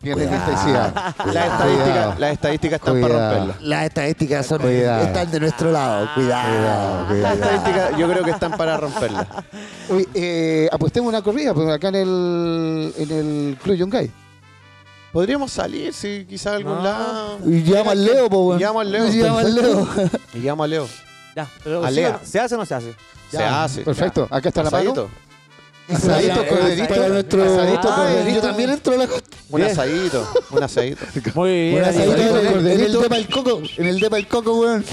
Speaker 3: Pierden
Speaker 5: Cuidado.
Speaker 3: intensidad.
Speaker 4: Las estadísticas las estadísticas están para
Speaker 3: Cuidado.
Speaker 4: romperlas.
Speaker 5: Las estadísticas son,
Speaker 3: Cuidado.
Speaker 5: están de nuestro lado. Cuidado.
Speaker 4: Las estadísticas yo creo que están para romperlas.
Speaker 3: Oye, eh, apostemos una corrida pues, acá en el, en el Club Yungay.
Speaker 4: Podríamos salir, sí, quizá a algún
Speaker 2: No.
Speaker 4: lado.
Speaker 5: Y llama al Leo, po, weón.
Speaker 4: Llama al Leo.
Speaker 5: Llama al Leo.
Speaker 4: Y llamo a Leo.
Speaker 2: Ya, pero
Speaker 4: Alea.
Speaker 2: ¿se- ¿se hace o no se hace?
Speaker 4: Se
Speaker 5: Ya,
Speaker 4: hace.
Speaker 3: Perfecto. Acá está la mano.
Speaker 4: Asadito.
Speaker 5: Asadito,
Speaker 3: Asadito, corderito.
Speaker 5: para nuestro-
Speaker 3: Asadito,
Speaker 5: Ay,
Speaker 3: corderito.
Speaker 5: Yo también entro a la costa.
Speaker 4: Un
Speaker 2: Bien.
Speaker 4: asadito. Un asadito.
Speaker 2: Muy bien.
Speaker 5: Bueno,
Speaker 2: amigo.
Speaker 5: asadito
Speaker 3: corderito,
Speaker 5: en el- en el
Speaker 3: corderito.
Speaker 5: depa del coco. En el depa del coco, weón.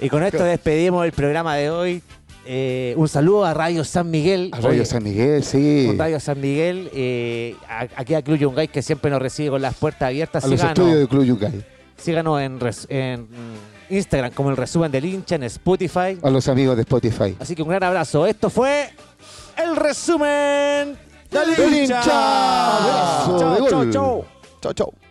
Speaker 2: Y con esto despedimos el programa de hoy. Eh, un saludo a Radio San Miguel.
Speaker 3: Arroyo
Speaker 2: Oye,
Speaker 3: San Miguel, sí.
Speaker 2: con Radio San Miguel. eh, a- aquí a Club Yungay que siempre nos recibe con las puertas abiertas.
Speaker 3: A los
Speaker 2: Síganos,
Speaker 3: estudios del Club Yungay.
Speaker 2: síganos en, res- en mm, Instagram como el resumen del hincha, en Spotify.
Speaker 3: A los amigos de Spotify.
Speaker 2: Así que un gran abrazo. Esto fue el resumen del
Speaker 3: Del
Speaker 2: hincha.
Speaker 3: hincha. Abrazo
Speaker 2: Chao,
Speaker 3: de
Speaker 2: chao,
Speaker 3: gol.
Speaker 2: chao.
Speaker 4: Chau, chau.